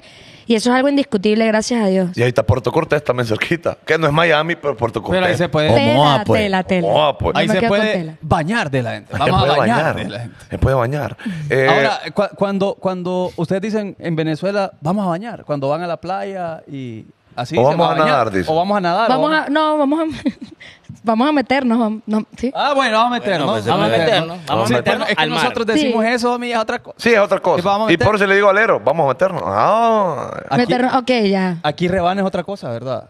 E: y eso es algo indiscutible, gracias a Dios.
A: Y ahí está Puerto Cortés también cerquita. Que no es Miami, pero Puerto Cortés.
B: Pero ahí se puede...
D: Como
E: Tela,
D: ah, pues.
E: tela, tela.
A: Como ah, pues.
E: Yo
B: Ahí
E: me
B: se
E: quedo con
B: puede
E: tela.
B: bañar de la gente.
A: Se
B: Vamos a
A: puede
B: bañar,
A: bañar.
B: de la gente.
A: Se puede bañar. Eh,
B: Ahora, cu- cuando, cuando ustedes dicen en Venezuela, vamos a bañar, cuando van a la playa y así.
A: O
B: se
A: vamos
B: va
A: a
B: bañar,
A: nadar, dice.
B: O vamos a nadar. o
E: Vamos a, no, vamos a, vamos a meternos. vam- no, ¿sí?
B: Ah, bueno, vamos a meternos.
D: Bueno, pues,
C: Vamos a
D: Vamos a
C: meternos. Vamos
A: Sí,
C: a
A: pero
C: meternos
B: Es que
C: al mar.
B: nosotros decimos
E: Sí.
B: eso, mi, es otra cosa.
A: sí, es otra
B: ¿Y vamos
A: cosa.
B: a
A: Y por
B: meter?
A: eso le digo a Lero, vamos a meternos. Ah.
B: Aquí- Ah,
E: Meternos- ok, ya.
B: Aquí reban es otra cosa, ¿verdad?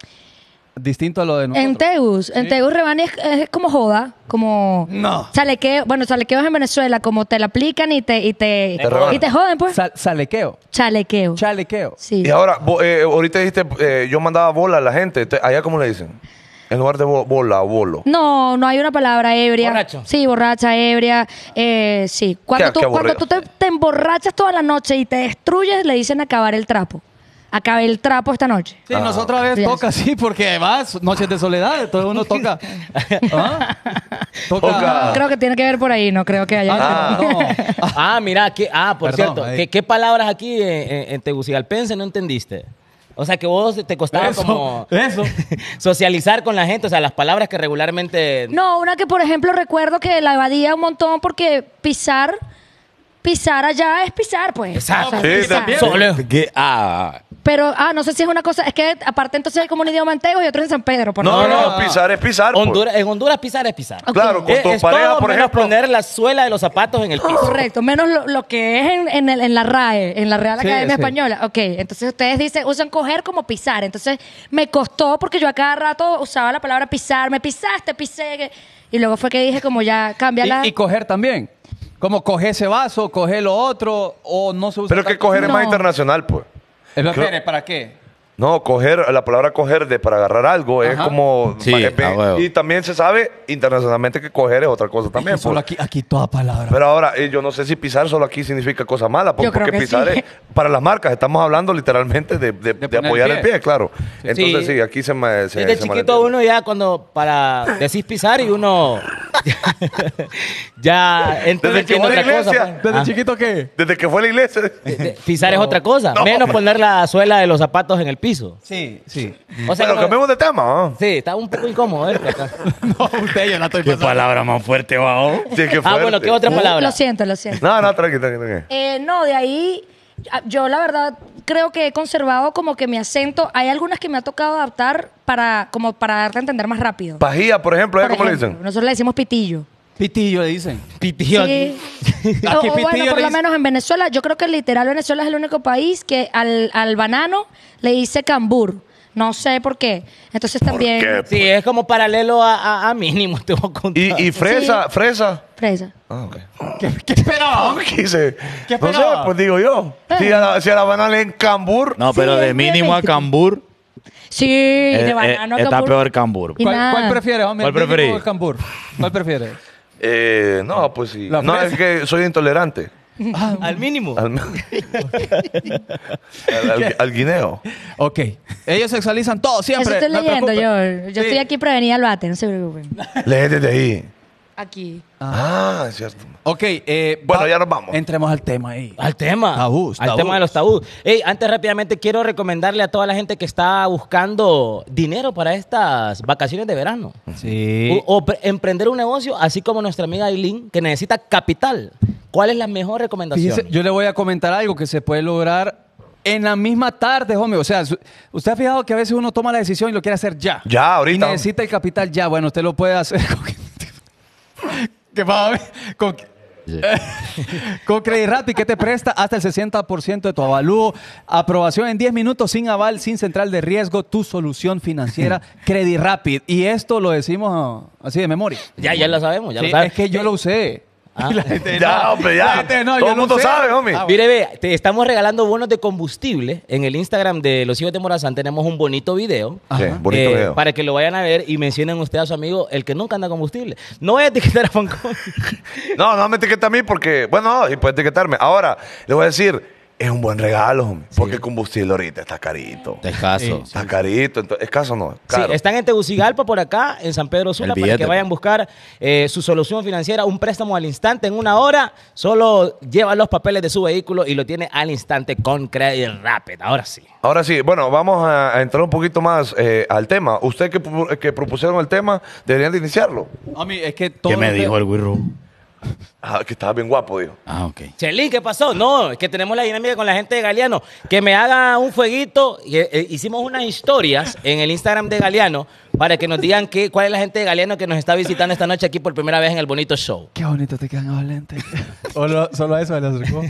B: Distinto a lo de nosotros.
E: En Tegus, en Tegus Rebani es, es como joda, como
B: No.
E: chalequeo, bueno, chalequeo es en Venezuela, como te la aplican y te, y te,
A: Te roban.
E: y te joden, pues.
B: Sal- salequeo.
E: chalequeo.
B: Chalequeo.
E: sí.
A: Y ahora, vo- eh, ahorita dijiste, eh, yo mandaba bola a la gente. Te- ¿Allá cómo le dicen? En lugar de bo- bola o bolo.
E: No, no hay una palabra ebria.
C: Borracho.
E: Sí, borracha, ebria. Eh, sí. Cuando
A: Qué-
E: tú,
A: qué
E: cuando
A: aburrido.
E: tú te, te emborrachas toda la noche y te destruyes, le dicen acabar el trapo. Acabé el trapo esta noche.
B: Sí, nosotros a veces
E: Yes.
B: toca así, porque además, noches de soledad, entonces uno toca. ¿Ah? Toca.
A: Toca. Ah.
E: Creo que tiene que ver por ahí, no creo que haya.
B: Ah, no.
C: Ah, mira, que, ah, por
B: Perdón,
C: cierto,
B: ahí.
C: ¿qué, qué palabras aquí en, en- en Tegucigalpense no entendiste? O sea, que vos te costaba
B: Eso,
C: como
B: eso.
C: socializar con la gente, o sea, las palabras que regularmente...
E: No, una que por ejemplo recuerdo que la evadía un montón porque pisar, pisar allá es pisar, pues.
C: Exacto.
E: O sea,
A: Sí,
E: pisar.
A: también.
C: Solo.
D: ¿Qué? Ah,
E: Pero, ah, no sé si es una cosa, es que aparte entonces hay como un idioma en Tego y otro en San Pedro, por
A: No,
E: ejemplo.
A: no, pisar es pisar. pues.
C: Honduras, en Honduras pisar es pisar.
E: Ok.
A: Claro, con
C: Es-
A: tu
C: es
A: pareja,
C: todo
A: por
C: menos
A: ejemplo.
C: poner la suela de los zapatos en el piso.
E: Correcto, menos lo, lo que es en, en el- en la RAE, en la Real
B: Sí,
E: Academia
B: sí.
E: Española. Ok, entonces ustedes dicen, usan coger como pisar. Entonces me costó porque yo a cada rato usaba la palabra pisar, me pisaste, pisé. que- Y luego fue que dije como ya cambia
B: Y-
E: la...
B: Y, coger también. Como coge ese vaso, coge lo otro, o no se usa.
A: Pero es que
B: tanto.
A: coger es más
E: No.
A: internacional, pues.
B: Eh, pero
A: Creo-
B: espere, ¿para qué?
A: No, coger, la palabra coger de para agarrar algo es
B: Ajá.
A: como.
D: Sí,
A: es bien-
D: a huevo.
A: y también se sabe internacionalmente que coger es otra cosa también.
B: Y Solo
A: pues.
B: aquí, aquí toda palabra.
A: Pero ahora, eh, yo no sé si pisar solo aquí significa cosa mala, po-
E: Yo creo
A: porque
E: que
A: pisar
E: sí.
A: es para las marcas, estamos hablando literalmente de, de- de
B: poner el
A: apoyar el
B: pie.
A: pie, claro. Entonces
C: Sí.
A: sí, aquí se me... Se,
C: Desde
A: se
C: chiquito
A: malentiende.
C: uno ya cuando para decís pisar y uno ya entra
A: Desde que
C: en
A: voy a la
C: otra cosa.
A: iglesia,
C: pues.
B: ¿Desde
C: Ah.
B: chiquito qué?
A: Desde que fue a la iglesia.
C: De- Pisar es otra cosa, menos poner la suela de los zapatos en el piso.
B: Sí, sí.
C: O
A: bueno,
C: sea, como-
A: cambiemos de tema. ¿no?
C: sí, está un poco incómodo esto acá.
B: No, usted, yo la estoy
D: qué
B: pasando.
D: palabra más fuerte, wow.
A: Sí, qué
C: Ah,
A: fuerte.
C: bueno, ¿qué otra palabra?
E: Lo siento, lo siento.
A: No, no, tranqui, tranqui, tranqui.
E: Eh, no, de ahí a- yo la verdad creo que he conservado como que mi acento. Hay algunas que me ha tocado adaptar para como para darte a entender más rápido.
A: Pajía, por ejemplo, ¿eh?
E: Por
A: ¿cómo le
E: ejemplo,
A: dicen?
E: Nosotros le decimos pitillo.
B: Pitillo le dicen.
C: Pitillo.
E: Sí.
B: Aquí
E: o, o
B: pitillo
E: bueno,
B: le
E: por lo
B: dicen.
E: menos en Venezuela, yo creo que literal Venezuela es el único país que al, al banano le dice cambur. No sé por qué. Entonces también...
A: qué?
C: Sí, es como paralelo a, a- a mínimo, te voy a contar.
A: Y, y fresa, fresa.
E: Fresa.
A: Ah, ok.
B: ¿Qué, qué esperaba? Eh.
A: Quise.
B: ¿Qué
A: No sé,
B: esperaba?
A: pues digo yo. Si a la, si a la banana le en cambur.
D: No,
E: Sí,
D: pero
E: es
D: de
E: bien
D: mínimo a
E: místico.
D: Cambur.
E: Sí,
D: eh,
E: de
D: eh,
E: banano a
D: está
E: cambur.
D: peor Cambur.
E: Y
B: ¿Cuál,
E: nada.
B: cuál prefieres, hombre?
D: ¿Cuál
B: ¿El mínimo
D: preferís?
B: o el cambur? ¿Cuál prefieres?
A: Eh, no, pues sí.
B: La
A: No,
B: fresa.
A: es que soy intolerante.
C: Al mínimo.
A: Al, al- al- al guineo.
B: Ok. Ellos sexualizan todo
E: Eso
B: siempre.
E: estoy
B: no te
E: leyendo
B: preocupes.
E: yo. Yo
B: Sí.
E: estoy aquí prevenida al bate, no se preocupen.
A: Lee desde ahí.
E: Aquí.
A: Ah, es cierto.
B: Ok. eh,
A: Bueno,
B: va-
A: ya nos vamos.
B: Entremos al tema ahí.
C: Al tema.
B: Tabús,
C: Al
B: tabús.
C: tema de los tabús. Ey, antes rápidamente quiero recomendarle a toda la gente que está buscando dinero para estas vacaciones de verano.
B: Sí.
C: O, o pre- emprender un negocio, así como nuestra amiga Aileen, que necesita capital. ¿Cuál es la mejor recomendación?
B: Fíjese, yo le voy a comentar algo que se puede lograr en la misma tarde, homie. O sea, su- usted ha fijado que a veces uno toma la decisión y lo quiere hacer ya.
A: Ya,
B: Y
A: ahorita.
B: necesita el capital ya. Bueno, usted lo puede hacer con... ¿Qué va a ver? Con... Con Credit Rapid que te presta hasta el 60% de tu avalúo, aprobación en 10 minutos sin aval, sin central de riesgo, tu solución financiera Credit Rapid. Y esto lo decimos así de memoria.
C: Ya, ya lo sabemos, ya
B: Sí,
C: lo sabes.
B: es que yo lo usé.
C: Ah.
B: Y la gente
A: Ya,
B: no,
A: hombre, ya.
B: la gente no,
A: Todo
B: yo
A: el
B: lo
A: mundo
B: usé.
A: sabe, homie.
B: Ah, bueno.
C: Mire, ve, te estamos regalando bonos de combustible. En el Instagram de Los Hijos de Morazán tenemos un bonito video.
A: Sí,
B: Ajá.
A: bonito
C: eh,
A: video.
C: Para que lo vayan a ver y mencionen usted a su amigo, el que nunca anda combustible. No voy a etiquetar a Fanconi.
A: No, no me etiqueta a mí porque, bueno, no, y puede etiquetarme. Ahora, le voy a decir, es un buen regalo, homie, porque el combustible ahorita está carito.
D: Descaso.
A: Está carito, entonces, es caso no,
C: Sí,
A: caro.
C: están en Tegucigalpa por acá, en San Pedro Sula,
D: El
C: para
D: billete,
C: que vayan a buscar eh, su solución financiera, un préstamo al instante en una hora. Solo lleva los papeles de su vehículo y lo tiene al instante con Credit Rapid. Ahora sí.
A: Ahora sí, bueno, vamos a, a entrar un poquito más eh, al tema. Usted que, pu- que propusieron el tema, deberían de iniciarlo.
B: Homie, es que todo
D: ¿Qué me
B: lo que-
D: dijo el Wirro?
A: Ah, que estaba bien guapo, dijo.
D: Ah, ok.
C: Chelín, ¿qué pasó? No, es que tenemos la dinámica con la gente de Galeano. Que me haga un fueguito. Y, eh, hicimos unas historias en el Instagram de Galeano para que nos digan que, cuál es la gente de Galeano que nos está visitando esta noche aquí por primera vez en el bonito show.
B: Qué bonito te quedan los lentes. o lo- solo eso le acercó.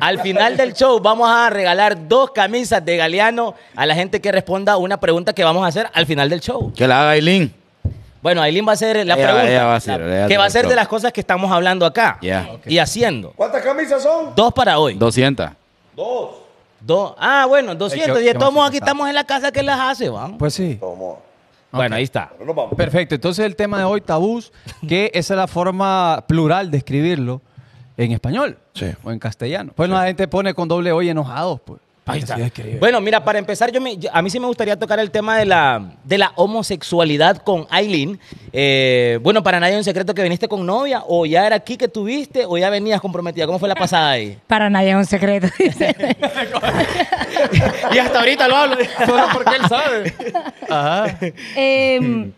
C: Al final del show vamos a regalar dos camisas de Galeano a la gente que responda una pregunta que vamos a hacer al final del show.
D: Que la haga Aileen.
C: Bueno, Aileen va a hacer la
D: Ella-
C: pregunta.
D: ella va a hacer,
C: la-
D: ella va a
C: que
D: hacer
C: va a
D: el
C: ser de
D: show.
C: las cosas que estamos hablando acá.
D: Ya.
C: Y haciendo.
A: ¿Cuántas camisas son?
C: Dos para hoy.
D: 200.
A: Dos.
C: Dos. Ah, bueno, 200.
B: Ay, qué-
C: y de
B: qué
C: todos
B: más
C: modos aquí
B: importante.
C: estamos en la casa que las hace, vamos.
B: Pues sí.
A: Tomo.
C: Bueno, ahí está.
A: Pero nos vamos.
B: Perfecto. Entonces el tema de hoy, tabús, que esa es la forma plural de escribirlo en español
A: Sí.
B: o en castellano. Pues la gente pone con doble O y enojados. Pues.
C: Ahí está.
B: Así escribe.
C: Bueno, mira, para empezar, yo me- yo- a mí sí me gustaría tocar el tema de la, de la homosexualidad con Aileen. Eh, bueno, para nadie es un secreto que viniste con novia, o ya era aquí que tuviste, o ya venías comprometida. ¿Cómo fue la pasada ahí?
E: Para nadie es un secreto.
C: y hasta ahorita lo hablo.
B: Solo porque él sabe. Ajá.
E: Eh, Em,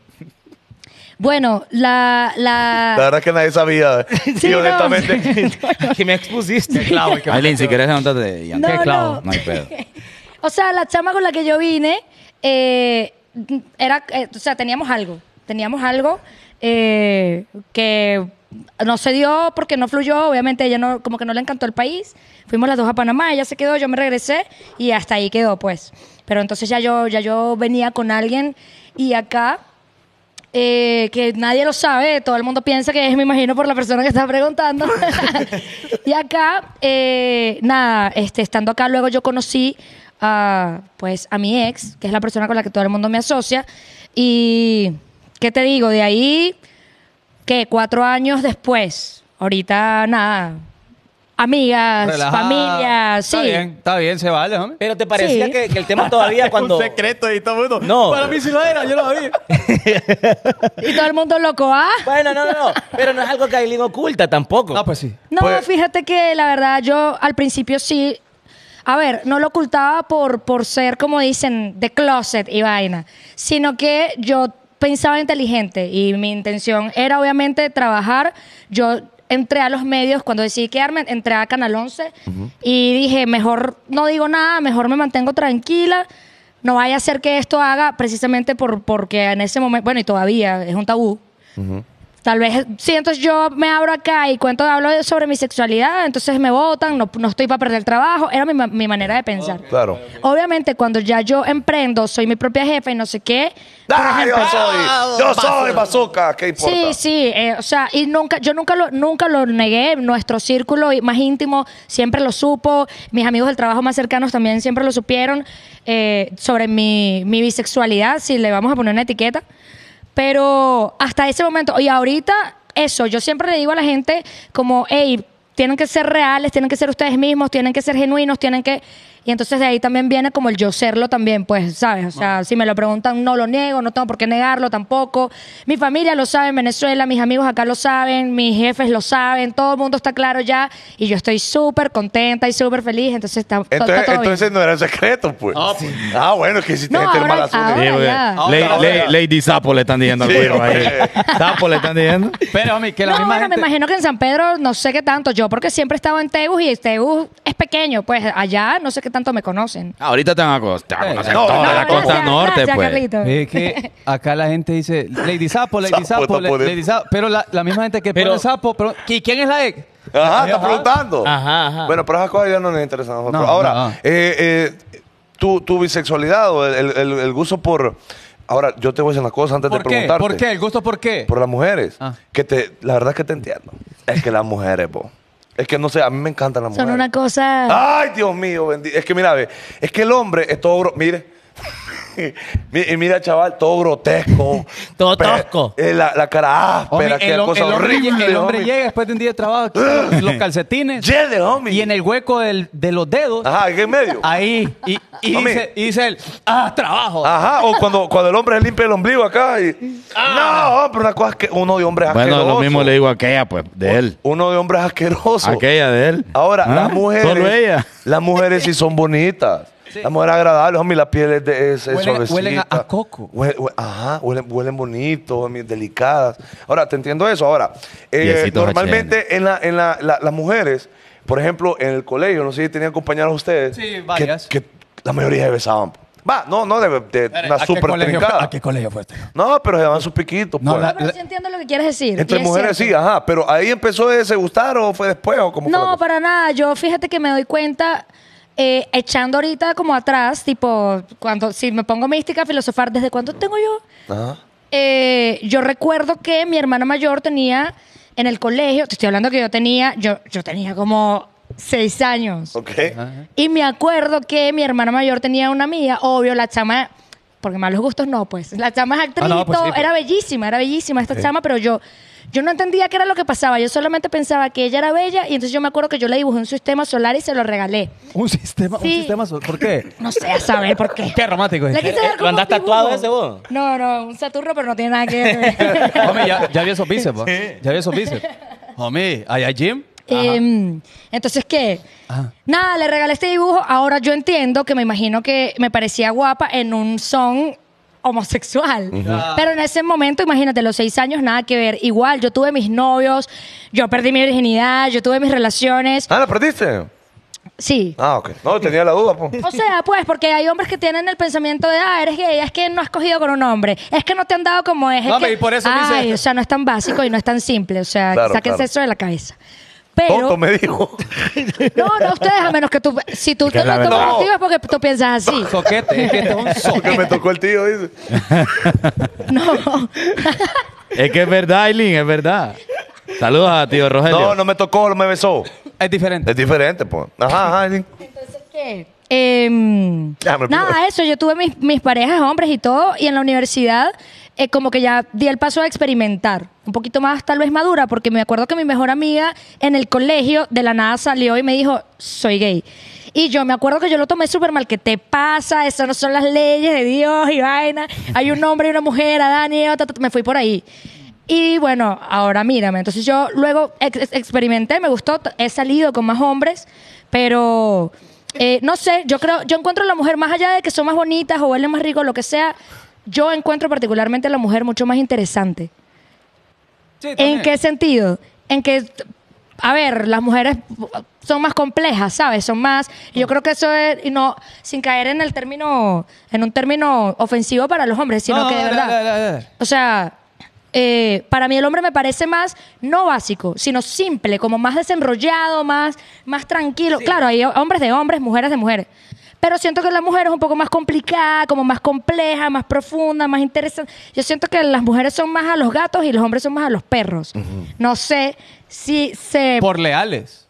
E: Bueno, la... la...
A: La verdad es que nadie sabía. eh.
E: Sí,
A: y
E: no.
A: honestamente,
C: que me expusiste.
F: Aileen, si querés, anótate. y anda.
E: No,
B: Qué clavo.
E: no. Ah,
F: No hay pedo.
E: O sea, la chama con la que yo vine, eh, era, eh, o sea, teníamos algo, teníamos algo eh, que no se dio porque no fluyó, obviamente ella no, como que no le encantó el país, fuimos las dos a Panamá, ella se quedó, yo me regresé y hasta ahí quedó, pues. Pero entonces ya yo, ya yo venía con alguien y acá eh, que nadie lo sabe, todo el mundo piensa que es, me imagino, por la persona que está preguntando. y acá, eh, nada, este, estando acá, luego yo conocí a, pues, a mi ex, que es la persona con la que todo el mundo me asocia. Y, ¿qué te digo? De ahí, que cuatro años después, ahorita, nada, amigas,
B: Relajada.
E: familia, sí.
B: Está bien, está bien, se vale, hombre.
A: Eh,
C: Pero te parecía
E: Sí.
C: que, que el tema todavía cuando...
D: secreto y todo el mundo.
C: No.
B: Para mí sí lo era, yo lo vi.
E: Y todo el mundo loco, ¿ah?
C: Bueno, no, no, no. Pero no es algo que Aileen oculta tampoco.
B: Ah, pues sí.
E: No,
A: Pues-
E: fíjate que la verdad yo al principio sí. A ver, no lo ocultaba por, por ser, como dicen, de closet y vaina, sino que yo pensaba inteligente y mi intención era obviamente trabajar. Yo entré a los medios, cuando decidí quedarme, entré a Canal 11 y dije, mejor no digo nada, mejor me mantengo tranquila. No vaya a ser que esto haga precisamente por, porque en ese momento, bueno, y todavía es un tabú, Tal vez, sí, entonces yo me abro acá y cuento, hablo de- sobre mi sexualidad, entonces me votan, no, no estoy para perder el trabajo, era mi, ma- mi manera de pensar.
A: Ah, claro.
E: Obviamente, cuando ya yo emprendo, soy mi propia jefa y no sé qué. por
A: ¡Ah, yo
E: ejemplo-
A: soy! ¡Yo soy bazooka! ¿Qué importa?
E: Sí, sí, eh, o sea, y nunca, yo nunca lo, nunca lo negué, nuestro círculo más íntimo siempre lo supo, mis amigos del trabajo más cercanos también siempre lo supieron, eh, sobre mi, mi bisexualidad, si le vamos a poner una etiqueta, pero hasta ese momento, y ahorita eso, yo siempre le digo a la gente como, hey, tienen que ser reales, tienen que ser ustedes mismos, tienen que ser genuinos, tienen que... Y entonces de ahí también viene como el yo serlo también, pues, ¿sabes? O sea, si me lo preguntan, no lo niego, no tengo por qué negarlo tampoco. Mi familia lo sabe en Venezuela, mis amigos acá lo saben, mis jefes lo saben, todo el mundo está claro ya. Y yo estoy súper contenta y súper feliz, entonces está, está
A: Entonces,
E: todo bien.
A: entonces no era secreto, pues. Ah, bueno, que hiciste
E: No,
A: gente
E: ahora-
A: mal asunto.
E: ahora-
D: Sí, porque
E: ya.
D: Lady-
A: Ahora, ahora.
D: Lady- Lady Sapo le están diciendo al
A: Sí,
D: cuervo ahí.
A: hombre.
D: Sapo le están diciendo.
B: Pero, hombre, que la
E: no,
B: misma
E: bueno,
B: gente...
E: me imagino que en San Pedro no sé qué tanto yo, porque siempre he estado en Tegus y Tegus es pequeño, pues allá no sé qué tanto me conocen.
F: Ah, Ahorita te van a costar.
B: Eh,
F: No,
A: no, no,
F: Oh, la
A: no,
F: costa
E: gracias,
F: norte,
E: gracias,
F: pues.
E: Carlito.
B: Es que acá la gente dice Lady Sapo, Lady
A: Sapo,
B: Sapo,
A: está
B: le-
A: poniendo.
B: Lady Sapo. Pero la, la misma gente que
C: Pero-
B: pone Sapo, pero ¿qui- ¿quién es la ex?
A: Ajá, estás preguntando.
C: Ajá, ajá.
A: Bueno, pero esas cosas ya no nos interesan a nosotros.
B: No,
A: ahora,
B: no.
A: eh, eh, tu, tu bisexualidad o el, el- el gusto por. Ahora, yo te voy a decir una cosa antes de
B: ¿Por qué?
A: preguntarte.
B: ¿Por qué? ¿El gusto por qué?
A: Por las mujeres.
B: Ah.
A: Que te, la verdad es que te entiendo. Es que las mujeres, po. Es que no sé, a mí me encantan las
E: Son
A: mujeres.
E: una cosa...
A: Ay, Dios mío, bendito. Es que mira, ve, es que el hombre es todo, gro- mire. Mi- y mira, chaval, todo grotesco.
C: Todo
A: Pe-
C: tosco.
A: eh, la, la cara áspera,
B: Hombre,
A: que
B: el, hom-
A: cosa
B: el hombre,
A: horrible.
B: lle- el hombre
A: homie. ¡Ah!
B: llega después de un día de trabajo, quita los, los calcetines
A: Yele, homie.
B: y en el hueco del- de los dedos,
A: Ajá, ¿qué en medio?
B: ahí, y, y
A: Ah. Homie.
B: dice, y dice él, ¡ah, trabajo!
A: Ajá, o cuando, cuando el hombre se limpia el ombligo acá y... No, hombre, una cosa es que uno de hombre es
D: Bueno,
A: asqueroso.
D: lo mismo le digo a aquella, pues, de él.
A: Uno de hombre es asqueroso.
D: Aquella de él.
A: Ahora,
D: ¿Ah?
A: las mujeres...
D: Solo ella.
A: Las mujeres sí son bonitas. Las mujeres agradables, homie, la piel es, de, es, es
B: Huelen-
A: suavecita.
B: huelen a- a coco.
A: Hue- hue- ajá, huelen, huelen bonitos, homie, delicadas. Ahora, te entiendo eso. Ahora, eh,
D: Piecitos
A: normalmente en, la, en la- la- las mujeres, por ejemplo, en el colegio, no sé si tenían compañeros ustedes.
B: Sí,
A: que-
B: varias.
A: Que, la mayoría se besaban. Va, no, no, de, de
B: Espere,
A: una
B: ¿a qué
A: súper
B: colegio fue-
A: trincada.
B: ¿A qué colegio fue este?
A: No, pero se daban sus piquitos.
B: No,
A: pues.
B: la-
E: Pero sí entiendo lo que quieres decir.
A: Entre
E: y es
A: mujeres sí,
E: cierto.
A: ajá. Pero ahí empezó ese gustar o fue después o como.
E: No, para nada. Yo fíjate que me doy cuenta eh, echando ahorita como atrás, tipo, cuando si me pongo mística a filosofar, ¿desde cuándo tengo yo?
A: Ajá.
E: Eh, yo recuerdo que mi hermana mayor tenía en el colegio, te estoy hablando que yo tenía, yo, yo tenía como seis años.
A: Ok.
E: Y me acuerdo que mi hermana mayor tenía una amiga, obvio, la chama, porque malos gustos no, pues. La chama es actriz,
B: Ah, no, pues sí,
E: todo,
B: pues.
E: era bellísima, era bellísima esta chama, pero yo, yo no entendía qué era lo que pasaba. Yo solamente pensaba que ella era bella y entonces yo me acuerdo que yo le dibujé un sistema solar y se lo regalé.
B: Un sistema,
E: Sí.
B: un sistema, so- ¿por qué?
E: No sé a saber por qué.
B: Qué romántico.
E: Le
B: es.
E: quise dar
C: ¿Lo
E: como
C: andás
E: un dibujo.
C: tatuado ese vos?
E: No, no, un Saturno, pero no tiene nada que ver.
B: Homie, ya, ya vi esos bíceps, ¿eh? ya vi esos bíceps. Homie, ¿allá Jim?
E: Em, entonces, ¿qué?
B: Ajá.
E: Nada, le regalé este dibujo. Ahora yo entiendo que me imagino que me parecía guapa en un son homosexual. Pero en ese momento, imagínate, los seis años, nada que ver. Igual, yo tuve mis novios, yo perdí mi virginidad, yo tuve mis relaciones.
A: Ah, ¿la perdiste?
E: Sí.
A: Ah, ok. No, tenía la duda, po.
E: O sea, pues, porque hay hombres que tienen el pensamiento de, ah, eres gay, es que no has cogido con un hombre, es que no te han dado como es. es
B: No,
E: que-
B: y por eso dice-
E: Ay, o sea, no es tan básico y no es tan simple, o sea,
A: Claro,
E: sáquense
A: claro.
E: eso de la cabeza. Pero,
A: Tonto me dijo.
E: no, no ustedes, a menos que tú, si tú
F: Que
E: te
F: es la
E: lo tomas
A: verdad.
E: activo es porque tú piensas así.
B: Soquete, es que este es un soquete.
A: Porque me tocó el tío, dice.
E: No.
D: Es que es verdad, Aileen, es verdad. Saludos a tío Rogelio.
A: No, no me tocó, no me besó.
B: Es diferente.
A: Es diferente, po. Ajá, ajá. sí.
E: Entonces, ¿qué? Em,
A: Ya, me
E: nada,
A: pido.
E: eso. Yo tuve mis, mis parejas, hombres y todo, y en la universidad eh, como que ya di el paso a experimentar. Un poquito más tal vez madura, porque me acuerdo que mi mejor amiga en el colegio de la nada salió y me dijo, soy gay. Y yo me acuerdo que yo lo tomé súper mal, que te pasa, eso no son las leyes de Dios y vaina, hay un hombre y una mujer, Adán y Eva, ta, ta, ta. me fui por ahí. Y bueno, ahora mírame. Entonces yo luego ex- ex- experimenté, me gustó, t- he salido con más hombres, pero eh, no sé, yo creo, yo encuentro a la mujer más allá de que son más bonitas o huelen más rico, lo que sea, yo encuentro particularmente a la mujer mucho más interesante.
B: Sí, también.
E: ¿En qué sentido? En que, a ver, las mujeres son más complejas, ¿sabes? Son más. y Yo
B: Mm.
E: creo que eso es, y no, sin caer en el término, en un término ofensivo para los hombres, sino
B: No,
E: que de
B: dale,
E: verdad.
B: dale, dale, dale.
E: O sea, eh, para mí el hombre me parece más, no básico, sino simple, como más desenrollado, más, más tranquilo. Claro, hay hombres de hombres, mujeres de mujeres. Pero siento que la mujer es un poco más complicada, como más compleja, más profunda, más interesante. Yo siento que las mujeres son más a los gatos y los hombres son más a los perros. No sé si se...
B: Por leales.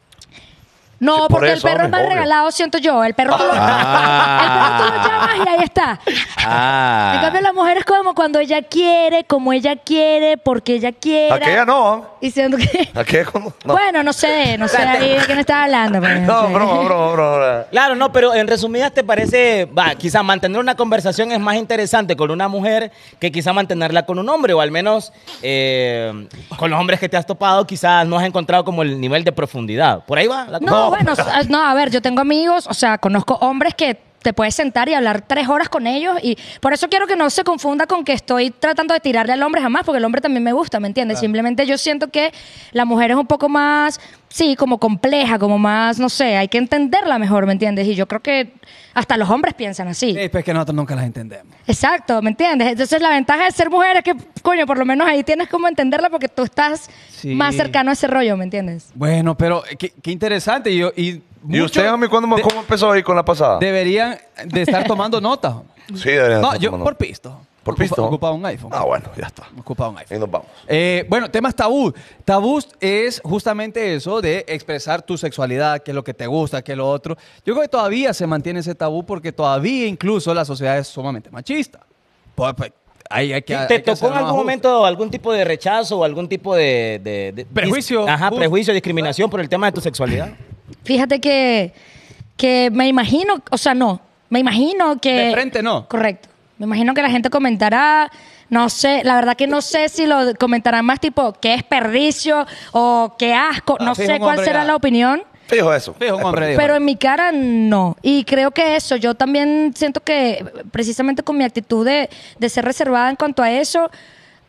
E: No,
A: Sí, por
E: porque
A: eso,
E: el
A: hombre,
E: perro es más
A: obvio.
E: regalado, siento yo. El perro, tú lo,
D: Ah.
E: el perro tú lo llamas y ahí está.
D: Ah.
E: En cambio, la mujer es como cuando ella quiere, como ella quiere, porque ella quiere.
A: Aquella no.
E: Y siento que.
A: Aquella como. No,
E: Bueno, no sé, no sé ahí de quién estaba hablando. pues,
A: no
E: sé.
A: broma, broma, broma, broma.
C: Claro, no, pero en resumidas te parece, va, quizá mantener una conversación es más interesante con una mujer que quizá mantenerla con un hombre, o al menos eh, con los hombres que te has topado, quizás no has encontrado como el nivel de profundidad. Por ahí va. la
E: No, bueno, s- ah, no, a ver, yo tengo amigos, o sea, conozco hombres que te puedes sentar y hablar tres horas con ellos y por eso quiero que no se confunda con que estoy tratando de tirarle al hombre jamás, porque el hombre también me gusta, ¿me entiendes? Simplemente yo siento que la mujer es un poco más, sí, como compleja, como más, no sé, hay que entenderla mejor, ¿me entiendes? Y yo creo que hasta los hombres piensan así.
B: Sí, pues que nosotros nunca las entendemos.
E: Exacto, ¿me entiendes? Entonces la ventaja de ser mujer es que, coño, por lo menos ahí tienes como entenderla porque tú estás
B: Sí.
E: más cercano a ese rollo, ¿me entiendes?
B: Bueno, pero eh, qué, qué interesante. Y, yo- y,
A: ¿Y
B: muchos
A: usted, a mí, cuándo,
B: de-
A: cómo empezó ahí con la pasada?
B: deberían de estar tomando nota.
A: sí, debería
B: No,
A: estar
B: yo
A: tomando.
B: por pisto.
A: ¿Por
B: Ocupa-
A: pisto?
B: Ocupaba un iPhone.
A: Ah, bueno, ya está.
B: Ocupaba un iPhone.
A: Y nos vamos.
B: Eh, bueno, temas tabú. Tabú es justamente eso de expresar tu sexualidad, qué es lo que te gusta, qué es lo otro. Yo creo que todavía se mantiene ese tabú porque todavía incluso la sociedad es sumamente machista. Pues, pues, ahí hay que- hay
C: ¿Te
B: que hacer
C: tocó en
B: más
C: algún
B: ajustes.
C: momento algún tipo de rechazo o algún tipo de... de- de-
B: Prejuicio.
C: dis- Ajá,
B: Justo.
C: prejuicio, discriminación por el tema de tu sexualidad.
E: Fíjate que, que me imagino, o sea, no, me imagino que...
B: De frente no.
E: Correcto. Me imagino que la gente comentará, no sé, la verdad que no sé si lo comentarán más tipo, qué desperdicio o qué asco,
B: Ah,
E: no
B: sí, es
E: sé
B: un
E: cuál
B: hombre
E: será
B: ya.
E: la opinión.
A: Fijo eso. Eh,
B: Fijo, un
A: Es
B: hombre,
A: perfecto.
E: Pero en mi cara no. Y creo que eso, yo también siento que precisamente con mi actitud de, de ser reservada en cuanto a eso,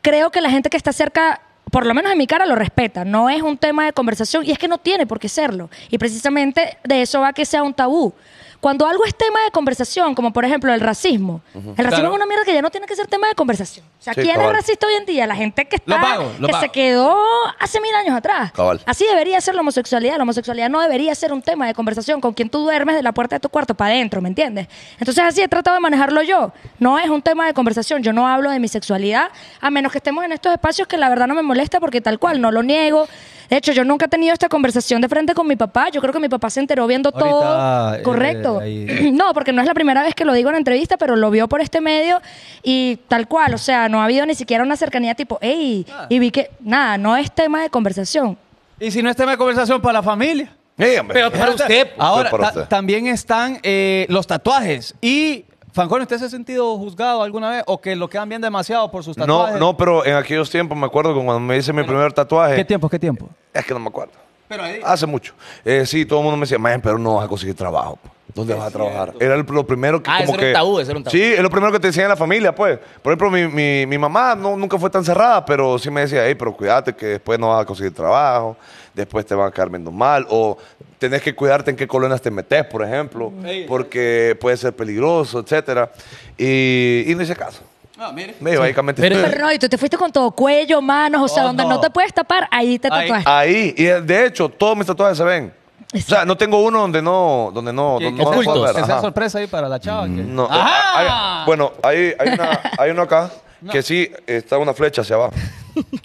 E: creo que la gente que está cerca, por lo menos en mi cara, lo respeta. No es un tema de conversación y es que no tiene por qué serlo. Y precisamente de eso va que sea un tabú. Cuando algo es tema de conversación, como por ejemplo el racismo, el racismo
B: Claro.
E: es una mierda que ya no tiene que ser tema de conversación. O sea,
A: Sí,
E: ¿quién
A: cabal.
E: es racista hoy en día? La gente que está,
B: Los vagos, los
E: que se
B: vagos.
E: quedó hace mil años atrás.
A: Cabal.
E: Así debería ser la homosexualidad. La homosexualidad no debería ser un tema de conversación con quien tú duermes de la puerta de tu cuarto para adentro, ¿me entiendes? Entonces así he tratado de manejarlo yo. No es un tema de conversación. Yo no hablo de mi sexualidad, a menos que estemos en estos espacios que la verdad no me molesta porque tal cual, no lo niego. De hecho, yo nunca he tenido esta conversación de frente con mi papá. Yo creo que mi papá se enteró viendo
B: Ahorita,
E: todo.
B: eh,
E: Correcto.
B: ahí-
E: No, porque no es la primera vez que lo digo en entrevista, pero lo vio por este medio y tal cual. O sea, no ha habido ni siquiera una cercanía tipo, hey,
B: Ah.
E: y vi que nada, no es tema de conversación.
B: Y si no es tema de conversación para la familia.
A: Sí, hombre.
C: para usted. pues.
B: Ahora,
A: Pero para
B: ta-
A: usted.
B: también están eh, los tatuajes. Y, Fancón, ¿usted se ha sentido juzgado alguna vez o que lo quedan bien demasiado por sus
A: No,
B: tatuajes?
A: no, pues. pero en aquellos tiempos me acuerdo que cuando me hice mi primer tatuaje.
B: ¿Qué tiempo, qué tiempo?
A: Es que no me acuerdo.
B: Pero ahí-
A: Hace mucho. Eh, sí, todo el mundo me decía, man, pero no vas a conseguir trabajo. po". ¿Dónde vas a trabajar? Era el- lo primero que
C: Ah,
A: como
C: eso era un
A: que-
C: tabú, eso era un tabú.
A: Sí, es lo primero que te decía en la familia, pues. Por ejemplo, mi, mi- mi mamá no, nunca fue tan cerrada, pero sí me decía, hey, pero cuídate que después no vas a conseguir trabajo, después te van a quedar viendo mal, o tenés que cuidarte en qué colonias te metes, por ejemplo, porque puede ser peligroso, etcétera. Y, y no hice caso.
B: Ah,
A: Me iba básicamente.
C: Pero-
E: Pero no, y tú te fuiste con todo cuello, manos, o sea,
B: Oh,
E: donde no.
B: no.
E: te puedes tapar, ahí te
B: Ahí. Ah,
E: tatuaste.
A: Ahí, y de hecho, todos mis tatuajes se ven. O sea, no tengo uno donde no, donde no,
B: Que-
A: donde
B: que
A: pues, no
B: sea-
A: se pueda ver,
B: Que sea Ah.
A: ajá.
B: sorpresa ahí para la chava. que-
A: No. eh, hay- bueno, hay, hay, una, hay uno acá que sí está una flecha hacia abajo.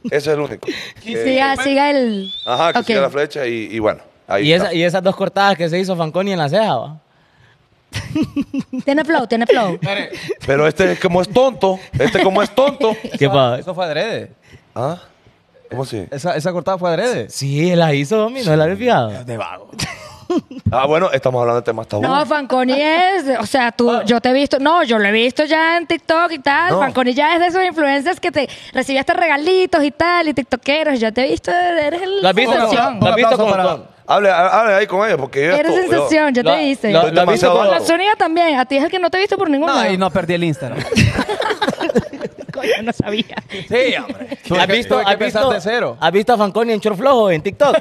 A: Ese es el único. Eh,
E: Siga, ah, siga el.
A: Ajá, que
E: Ok.
A: siga la flecha y, y bueno. Ahí
C: Y,
A: está.
C: esa- y esas dos cortadas que se hizo Fanconi en la ceja, ¿va?
E: Tiene flow, tiene flow.
A: Pero este como es tonto, este como es tonto.
C: ¿Qué pa-
B: Eso fue adrede.
A: ¿Ah? ¿Cómo así?
B: Esa, esa cortada fue adrede.
C: Sí, él las hizo, Domi, no la había fijado.
A: Ah, bueno, estamos hablando de temas tabú.
E: No, Fanconi es, o sea, tú, yo te he visto, no, yo lo he visto ya en TikTok y tal.
A: No.
E: Fanconi ya es de esos influencers que te recibías hasta regalitos y tal, y tiktokeros, ya te he visto, eres el...
C: ¿Lo has visto?
B: Hola,
C: Sí,
B: Fran.
C: ¿Lo has
B: Un
C: visto
B: aplauso
C: como
B: para-
C: con-
A: hable, hable ahí con ellos porque yo
E: Eres
A: esto- yo-
E: sensación, ya
C: lo-
E: te hice.
C: lo-
E: Con
C: lo has visto
A: Demasiado
C: como-
A: alto.
E: la Sonia también, a ti es el que no te he visto por ningún
B: No,
E: lado.
B: y no perdí el Instagram.
E: Coño, no sabía.
B: sí, hombre.
C: ¿Has visto, has, visto,
B: de cero?
C: ¿Has visto a Fanconi en short flojo en TikTok?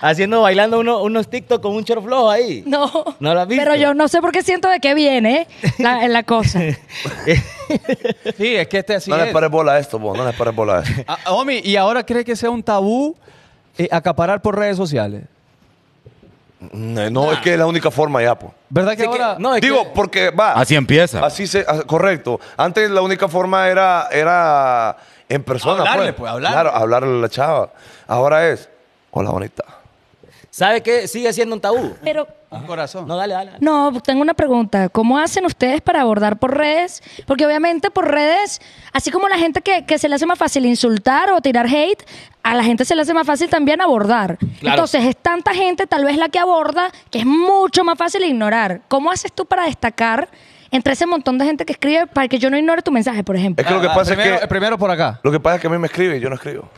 C: Haciendo, bailando uno- unos TikTok con un short flojo ahí.
E: No.
C: ¿No lo has visto?
E: Pero yo no sé por qué siento de qué viene eh, la, la cosa.
B: Sí, es que este así
A: no les
B: es.
A: pares bola a esto, vos, no les pares bola a esto.
B: Ah, Omi, ¿y ahora cree que sea un tabú eh, acaparar por redes sociales?
A: No, no, es que es la única forma ya, pues.
B: ¿Verdad que
C: Es que-
B: ahora...?
C: no, es que-
A: Digo, porque va.
F: Así empieza.
A: Así se, ah, correcto. Antes la única forma era, era en persona.
B: Hablarle, pues, hablarle.
A: Claro, hablarle a la chava. Ahora es, hola bonita.
C: ¿Sabe qué? Sigue siendo un tabú.
E: Pero
B: Un corazón.
C: No, dale, dale. dale.
E: No, tengo una pregunta. ¿Cómo hacen ustedes para abordar por redes? Porque obviamente por redes, así como la gente que, que se le hace más fácil insultar o tirar hate, a la gente se le hace más fácil también abordar. Entonces es tanta gente, tal vez la que aborda, que es mucho más fácil ignorar. ¿Cómo haces tú para destacar entre ese montón de gente que escribe para que yo no ignore tu mensaje, por ejemplo?
A: Es que lo que
B: Ah,
A: pasa
B: primero,
A: es que
B: eh, primero por acá.
A: lo que pasa es que a mí me escribe y yo no escribo.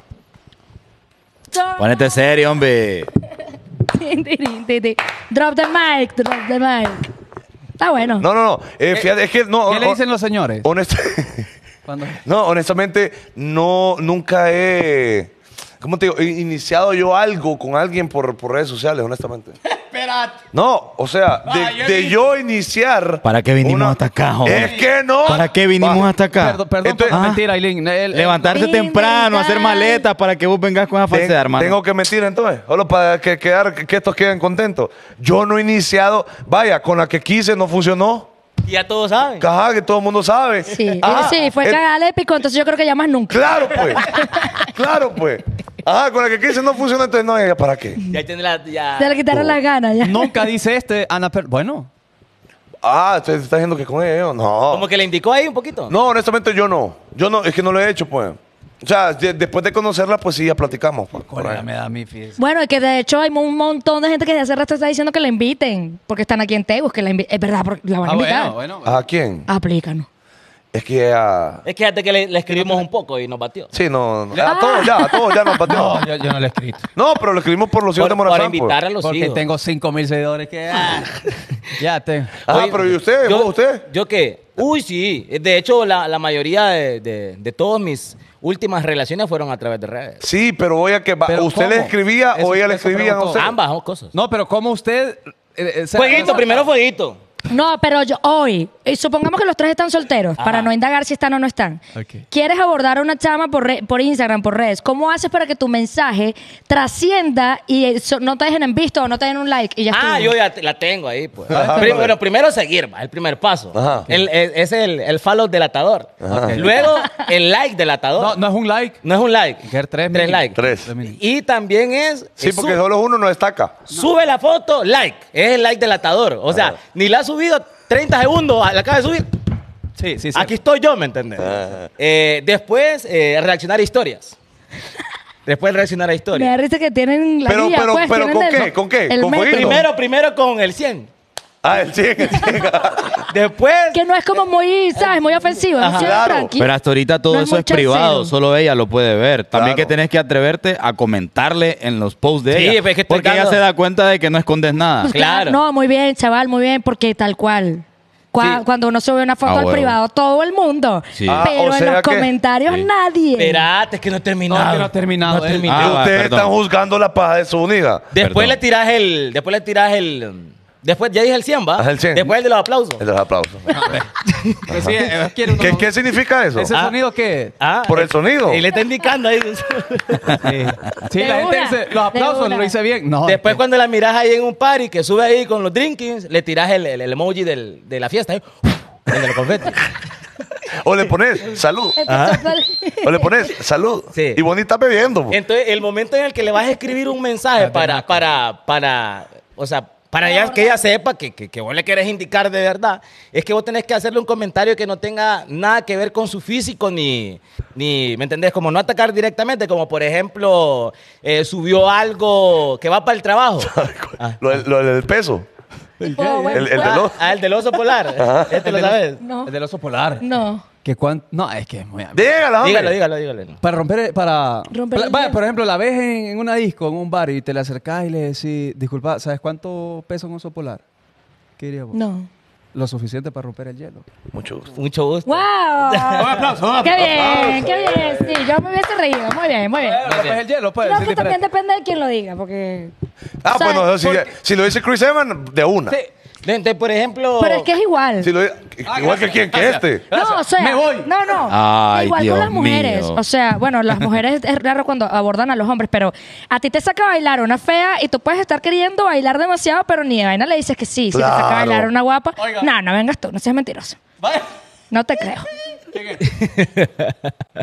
F: Ponete serio, hombre.
E: drop the mic, drop the mic. Está bueno.
A: No, no, no. Eh, fíjate, es que no.
B: ¿Qué le dicen los señores?
A: honest-
B: Cuando-
A: no, honestamente, no, nunca he. ¿Cómo te digo? He iniciado yo algo con alguien por, por redes sociales, honestamente.
B: Espérate.
A: No, o sea,
B: Ah,
A: de, de yo iniciar.
F: ¿Para qué vinimos
A: una-
F: hasta acá, hombre?
A: Es que no.
F: ¿Para qué vinimos
A: Va.
F: hasta acá?
B: Perdón, perdón por
A: Entonces-
B: la
F: Ah.
B: mentira, Aileen. El- el-
F: Levantarte
E: Ven,
F: temprano,
E: ven,
F: hacer
E: ven.
F: maletas para que vos vengas con esa
A: Ten-
F: falsedad, hermano.
A: Tengo que mentir entonces, solo para que, quedar, que, que estos queden contentos. Yo no he iniciado, vaya, con la que quise no funcionó.
C: Y ya todos saben.
A: Caja, que todo el mundo sabe.
E: Sí,
A: Ajá,
E: sí, fue
A: el-
E: cagada de pico, entonces yo creo que ya más nunca.
A: Claro, pues. claro, pues. Ajá, con la que quise no funcionó, entonces no, ya, ¿para qué?
C: Ya tiene la. Ya.
E: Se le quitaron las ganas ya.
B: Nunca dice este, Ana Per- Bueno,
A: Ah, ¿te estás diciendo que con ellos? No.
C: Como que le indicó ahí un poquito.
A: No, honestamente yo no. Yo no, es que no lo he hecho, pues. O sea, de- después de conocerla, pues sí, ya platicamos. pues, por ahí.
B: Corea me da mi fiesta.
E: Bueno, y que de hecho hay un montón de gente que de hace rato está diciendo que la inviten, porque están aquí en Tegus, que la invi- Es verdad, porque la van a
B: Ah,
E: invitar.
B: bueno, bueno. bueno.
A: ¿A quién?
E: Aplícanos.
A: Es que ya...
C: Es que fíjate que le, le escribimos un poco y nos batió.
A: Sí, no. no. A todos ya, a todos ya nos pateamos.
B: No, yo, yo no lo he escrito.
A: No, pero lo escribimos por los hijos de
C: Por,
A: Morazán.
C: para invitar
A: pues.
C: a los
B: Porque
C: hijos.
B: tengo 5 mil seguidores que... ah, ya tengo.
A: Ah,
C: Oye,
A: pero ¿y usted?
C: yo-
A: ¿Vos, usted?
C: ¿Yo qué? Uy, sí. De hecho, la, la mayoría de, de, de todas mis últimas relaciones fueron a través de redes.
A: Sí, pero voy a que... va-
B: ¿Pero
A: Ah, ¿Usted le
B: cómo?
A: escribía
B: Eso-
A: o ella le
B: eso
A: escribía a
B: pregunto.
A: usted?
C: Ambas dos cosas.
B: No, pero ¿cómo usted...? eh, eh, se-
C: Fueguito, primero fueguito.
E: No, pero yo hoy, y supongamos que los tres están solteros, para no indagar si están o no están.
B: Ok.
E: Quieres abordar a una chama por, re- por Instagram, por redes. ¿Cómo haces para que tu mensaje trascienda y eh, so- no te dejen en visto o no te den un like? Y ya
C: Ah,
E: estuvo?
C: yo ya te- la tengo ahí, pues.
A: Ajá.
C: Pri- bueno, primero seguir, va, el primer paso.
A: Ajá.
C: El- el- es el, el follow delatador.
A: Ajá.
C: Luego, el like delatador.
B: No, no es un like.
C: No es un like.
B: Que es tres mil-
C: likes.
A: Tres.
C: Y también es.
A: Sí,
C: es
A: porque
C: su-
A: solo uno no destaca.
C: Sube la foto, like. Es el like delatador. O sea, ni la ha subido 30 segundos, la acaba de subir.
B: Sí, sí, sí.
C: Aquí estoy yo, ¿me entiendes? Eh, después, eh, reaccionar a historias. Después reaccionar a
E: Me da
C: historias.
E: risa que tienen la
A: Pero-
E: guía,
A: pero-
E: pues,
A: pero
E: tienen
A: ¿con
E: el-
A: qué? ¿Con qué?
E: el
A: ¿Con
E: método.
A: fueguito?
C: Primero, primero con el 100.
A: Ah, el 100, el 100.
C: Después.
E: Que no es como muy, ¿sabes? Muy ofensivo. Es
C: Ajá.
E: demasiado
A: Claro.
E: tranqui.
F: Pero hasta ahorita todo
E: No es
F: eso es
E: mucho
F: privado,
E: cero.
F: solo ella lo puede ver. También
A: Claro.
F: que tenés que atreverte a comentarle en los posts de
C: Sí,
F: ella.
C: pues es que estoy
F: porque ella
C: dando-
F: se da cuenta de que no escondes nada.
E: Pues
C: Claro.
E: claro. No, muy bien, chaval, muy bien, porque tal cual. Cua-
C: Sí.
E: Cuando uno sube una foto
F: Ah,
E: al
F: huevo.
E: privado, todo el mundo.
F: Sí.
A: Ah, o
E: Pero en
A: sea
E: los
A: que-
E: comentarios
F: Sí.
E: nadie.
C: Esperate, es que no he terminado.
B: No, que no ha terminado, eh.
C: No ha
B: él.
C: terminado.
F: Ah,
A: ustedes
F: perdón.
A: están juzgando la paja de su única.
C: Después
F: Perdón.
C: le tiras el. Después le tiras el. Después, ya dije el 100, ¿va?
A: Haz el 100.
C: Después el de los aplausos.
A: El de los aplausos.
C: Ah,
B: Que sí, eh, quiere uno-
A: ¿Qué, qué significa eso?
B: ¿Ese
C: Ah.
B: sonido qué?
C: Ah,
A: Por el sonido.
C: Y le está indicando ahí.
B: Sí,
E: De
B: la gente
E: una,
B: dice,
E: de
B: los aplausos,
E: una.
B: lo hice bien. No,
C: Después,
A: eh.
B: que-
C: cuando la miras ahí en un party que sube ahí con los drinkings, le tiras el, el- el emoji del- de la fiesta. ahí. El de los confetes.
A: Ah, O le pones salud.
E: Ah.
A: O le pones salud.
C: Sí.
A: Y bonita bebiendo. pues. po.
C: Entonces, el momento en el que le vas a escribir un mensaje para, para, para, o sea, para ella- que ella sepa que, que, que vos le querés indicar de verdad, es que vos tenés que hacerle un comentario que no tenga nada que ver con su físico ni, ni ¿me entendés? Como no atacar directamente, como por ejemplo, eh, subió algo que va para el trabajo. Ah.
A: Lo, del- lo del peso.
E: Oh,
A: El- el
E: reloj.
A: reloj.
C: Ah, el del oso polar. Este lo
B: El del oso-
C: sabes.
E: No.
B: El del oso polar.
E: No.
B: Que cuan- No, es que es muy...
A: Dígala, hombre.
C: Dígalo, dígalo, dígalo.
B: Para romper, para...
E: Romper el
B: Pla- vaya,
E: hielo.
B: por ejemplo, la ves en, en una disco, en un bar, y te la acercás y le decís, disculpa, ¿sabes cuánto pesa un oso polar? ¿Qué dirías vos?
E: No.
B: Lo suficiente para romper el hielo.
A: Mucho gusto.
C: Mucho gusto.
E: ¡Wow! ¡Qué bien! ¡Qué bien! Sí, yo me hubiese reído. Muy bien, muy bien.
B: Rompes el hielo, pues.
E: Creo
B: sí,
E: que también
B: diferente.
E: depende de quién lo diga, porque.
A: Ah,
E: ¿sabes?
A: bueno, si, si lo dice Chris Evans, de una.
C: Sí. Ah, Entonces, por
A: Oh.
C: ejemplo.
E: Pero es que es igual.
A: Si lo dice- igual que quien que este.
E: No, o sea,
B: Me voy.
E: No, no.
F: Ay,
E: Igual
F: Dios
E: con las mujeres.
F: mío.
E: O sea, bueno, las mujeres es raro cuando abordan a los hombres, pero a ti te saca a bailar una fea y tú puedes estar queriendo bailar demasiado, pero ni de vaina le dices que sí. Si te saca a
A: Claro.
E: bailar una guapa, no, no vengas tú, no seas mentiroso. No te creo.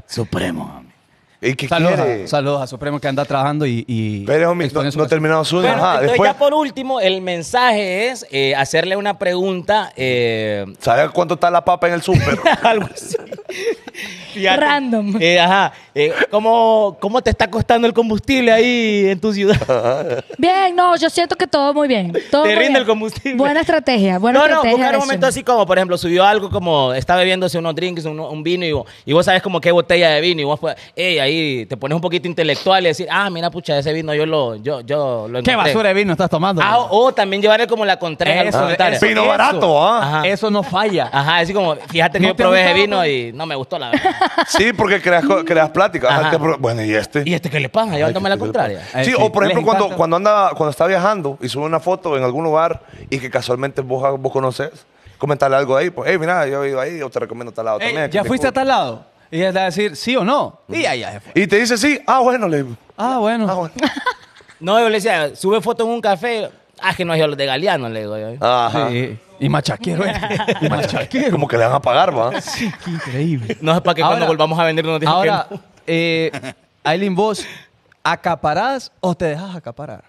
F: Supremo. hombre.
A: ¿Y qué
B: Saludos,
A: quiere?
B: a, saludos a Supremo que anda trabajando y... y
A: Pero, homie, no,
B: expone su
A: no he
B: caso.
A: terminado su
C: Bueno,
A: Ajá,
C: entonces
A: después,
C: ya por último, el mensaje es eh, hacerle una pregunta, eh,
A: ¿sabes cuánto está la papa en el súper?
C: algo así. Fíjate.
E: Random.
C: Eh, ajá. Eh, ¿cómo, ¿Cómo te está costando el combustible ahí en tu ciudad?
E: Bien, no, yo siento que todo muy bien. Todo
C: Te
E: muy
C: rinde
E: bien.
C: el combustible.
E: Buena estrategia, buena
C: no, no,
E: estrategia.
C: buscar
E: de
C: un momento
E: eso.
C: así como, por ejemplo, subió algo como está bebiéndose unos drinks, un, un vino y, vos- y vos sabes como qué botella de vino y vos pues, "Ey, ahí te pones un poquito intelectual y decir, ah, mira, pucha, ese vino yo lo, yo, yo lo
B: ¿Qué
C: encontré".
B: basura de vino estás tomando?
C: Ah, o, o también llevarle como la contraria. a los
B: Eso,
C: comentarios.
B: eso,
A: Vino
B: eso.
A: barato, ¿ah?
C: Ajá.
B: Eso no falla.
C: Ajá, así como, fíjate que
B: ¿No
C: yo
B: te
C: probé ese
B: gustaba,
C: vino
B: pues?
C: y no me gustó la verdad.
A: sí, porque creas, co- creas plática. Ajá,
C: Ajá.
A: te pro- bueno, ¿y este?
C: ¿Y este qué le pasa? Yo tomé la contraria.
B: Eh,
A: Sí,
B: sí.
A: o por
B: Les
A: ejemplo, cuando,
B: encanta.
A: cuando, anda, cuando está viajando y sube una foto en algún lugar y que casualmente vos, vos conoces, comentarle algo ahí. Pues, hey, mira, yo he ido ahí, yo te recomiendo tal lado
B: Ey,
A: también.
B: ¿Ya
A: que
B: fuiste a
A: disculpa".
B: tal lado? Y ella te va a decir sí o no. Y ahí ya se fue.
A: Y te dice, sí, ah, bueno, le digo.
B: Ah, bueno.
A: Ah, bueno.
C: No, yo le decía, sube foto en un café. Ah, que no es yo los de Galeano, le digo yo.
A: Ah. Ajá.
B: Sí. Y machaquero. eh. Y machaquero.
A: Como que le van a pagar, ¿va?
B: Qué increíble.
C: No es para que
B: Ahora-
C: cuando volvamos a vender nos digan
B: Ahora,
C: que no.
B: eh, Aileen, ¿vos acaparás o te dejas acaparar?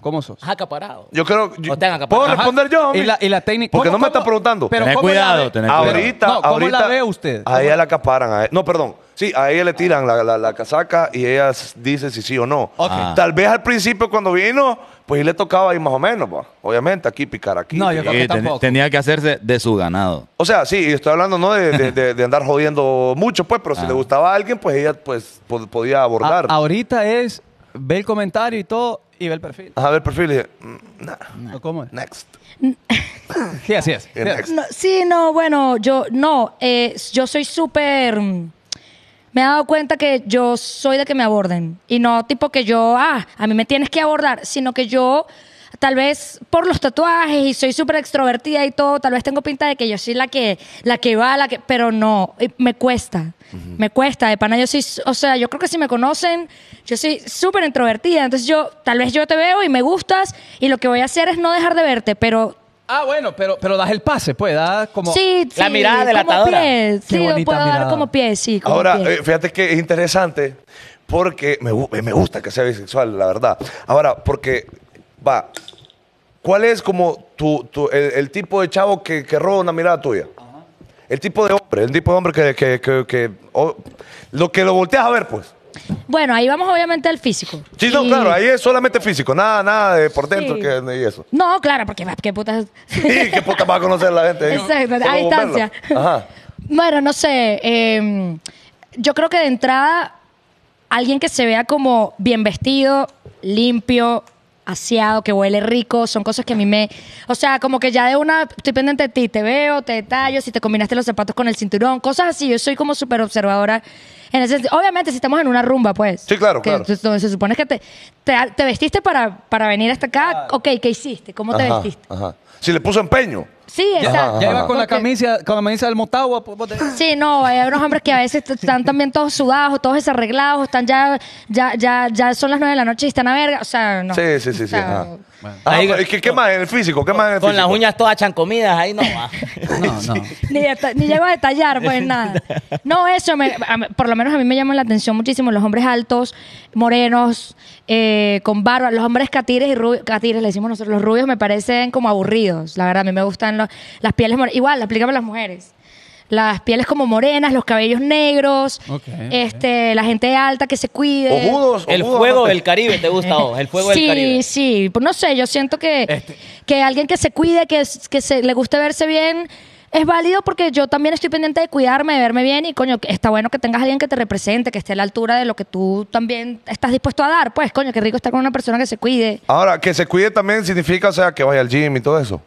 B: ¿Cómo sos?
C: Jaca parado.
A: Yo creo. yo-
C: O te hagan
A: ¿Puedo
C: capaz.
A: responder yo? homie?
B: Y la, y la técnica.
A: Porque
B: ¿cómo-
A: no me
B: cómo-
A: estás preguntando.
F: Tené
B: ¿cómo la
F: cuidado,
B: ve?
F: tené
B: Pero-
A: Ahorita,
B: no, ¿Cómo
A: ahorita.
B: la ve usted?
A: A ella la acaparan. a e- no, perdón. Sí, a ella le tiran la, la- la casaca y ella s- dice si sí o no.
B: Ok.
F: Ah.
A: Tal vez al principio cuando vino, pues y le tocaba ahí más o menos, va. Obviamente, aquí picar aquí.
B: No, yo
A: picar-
B: creo que
F: Y ten-
B: tampoco.
F: tenía que hacerse de su ganado.
A: O sea, sí, y estoy hablando no de, de- de- de andar jodiendo mucho, pues,
F: Ah.
A: pero si le gustaba a alguien, pues ella pues po- podía
B: A-
A: abordar. A,
B: ahorita es ve el comentario y todo y ve el perfil.
A: ver, perfil y dije, mm, nah,
B: ¿O ¿Cómo es?
A: next.
B: Sí, así es.
A: Bien, next.
E: No, sí, no, bueno, yo no, eh, yo soy súper... mm, Me he dado cuenta que yo soy de que me aborden. Y no tipo que yo, ah, a mí me tienes que abordar, sino que yo, tal vez por los tatuajes y soy súper extrovertida y todo, tal vez tengo pinta de que yo soy la que, la que va, la que... Pero no, eh, me cuesta, me cuesta. De pana yo soy, s- o sea, yo creo que si me conocen, yo soy súper introvertida. Entonces yo, tal vez yo te veo y me gustas y lo que voy a hacer es no dejar de verte, pero
B: Ah, bueno, pero, pero das el pase, pues, das como...
E: sí,
C: La
E: sí,
C: mirada
E: como
C: delatadora.
B: Qué
E: pie, sí, lo
B: bonita
E: puedo dar
B: mirada.
E: como pie, sí. como
A: Ahora,
E: pie.
A: eh, fíjate que es interesante porque me, gu- me gusta que sea bisexual, la verdad. Ahora, porque, va, ¿cuál es como tu, tu- el, el tipo de chavo que, que roba una mirada tuya? El tipo de hombre, el tipo de hombre que, que- que- que- o- lo que lo volteas a ver, pues.
E: Bueno, ahí vamos obviamente al físico.
A: Sí, no,
E: Y-
A: claro, ahí es solamente físico, nada, nada de por dentro
E: Sí.
A: que, y eso.
E: No, claro, porque qué putas.
A: Y qué puta va a conocer la gente. ahí? Solo
E: Exacto, a
A: vos verla.
E: distancia.
A: Ajá.
E: Bueno, no sé. eh, yo creo que de entrada, alguien que se vea como bien vestido, limpio, aseado, que huele rico, son cosas que a mí me. O sea, como que ya de una. Estoy pendiente de ti, te veo, te detallo, si te combinaste los zapatos con el cinturón, cosas así. Yo soy como súper observadora. En ese sentido. Obviamente, si estamos en una rumba, pues.
A: Sí, claro,
E: que-
A: claro.
E: Donde se supone que te, te, te vestiste para, para venir hasta acá. Ok, ¿qué hiciste? ¿Cómo te
A: ajá,
E: vestiste?
A: ajá. Si le puso empeño.
E: Sí, exacto.
B: Ya iba con la
E: Porque-
B: camisa, con la camisa del Motagua. pues, vos te-
E: Sí, no, hay unos hombres que a veces t- están también todos sudados, todos desarreglados, están ya, ya, ya, ya son las nueve de la noche y están a verga. O sea, no.
A: Sí, sí, sí,
E: O
A: sí.
E: sea,
A: Ajá. Ajá,
C: Ahí-
A: pero ¿y qué, qué más en el físico? ¿Qué más en el
C: Con
A: físico?
C: las uñas todas chancomidas, ahí no va.
B: No, no.
E: Ni, deta- ni llego a detallar, pues nada. No, eso, me- a mí- por lo menos a mí me llaman la atención muchísimo los hombres altos, morenos, eh, con barba. Los hombres catires y rubios, catires le decimos nosotros, los rubios me parecen como aburridos. La verdad, a mí me gustan los- las pieles morenas. Igual, aplícame a las mujeres. Las pieles como morenas, los cabellos negros,
B: Ok,
E: este, la gente alta que se cuide.
A: Ojudos,
C: El
A: ojudos,
C: fuego
A: no te-
C: del Caribe, ¿te gusta a vos? El fuego
E: sí,
C: del Caribe.
E: Sí, Pues no sé, yo siento que, que alguien que se cuide, que, s- que se, le guste verse bien, es válido porque yo también estoy pendiente de cuidarme, de verme bien y coño, que está bueno que tengas alguien que te represente, que esté a la altura de lo que tú también estás dispuesto a dar. Pues coño, qué rico estar con una persona que se cuide.
A: Ahora, que se cuide también significa, o sea, que vaya al gym y todo eso.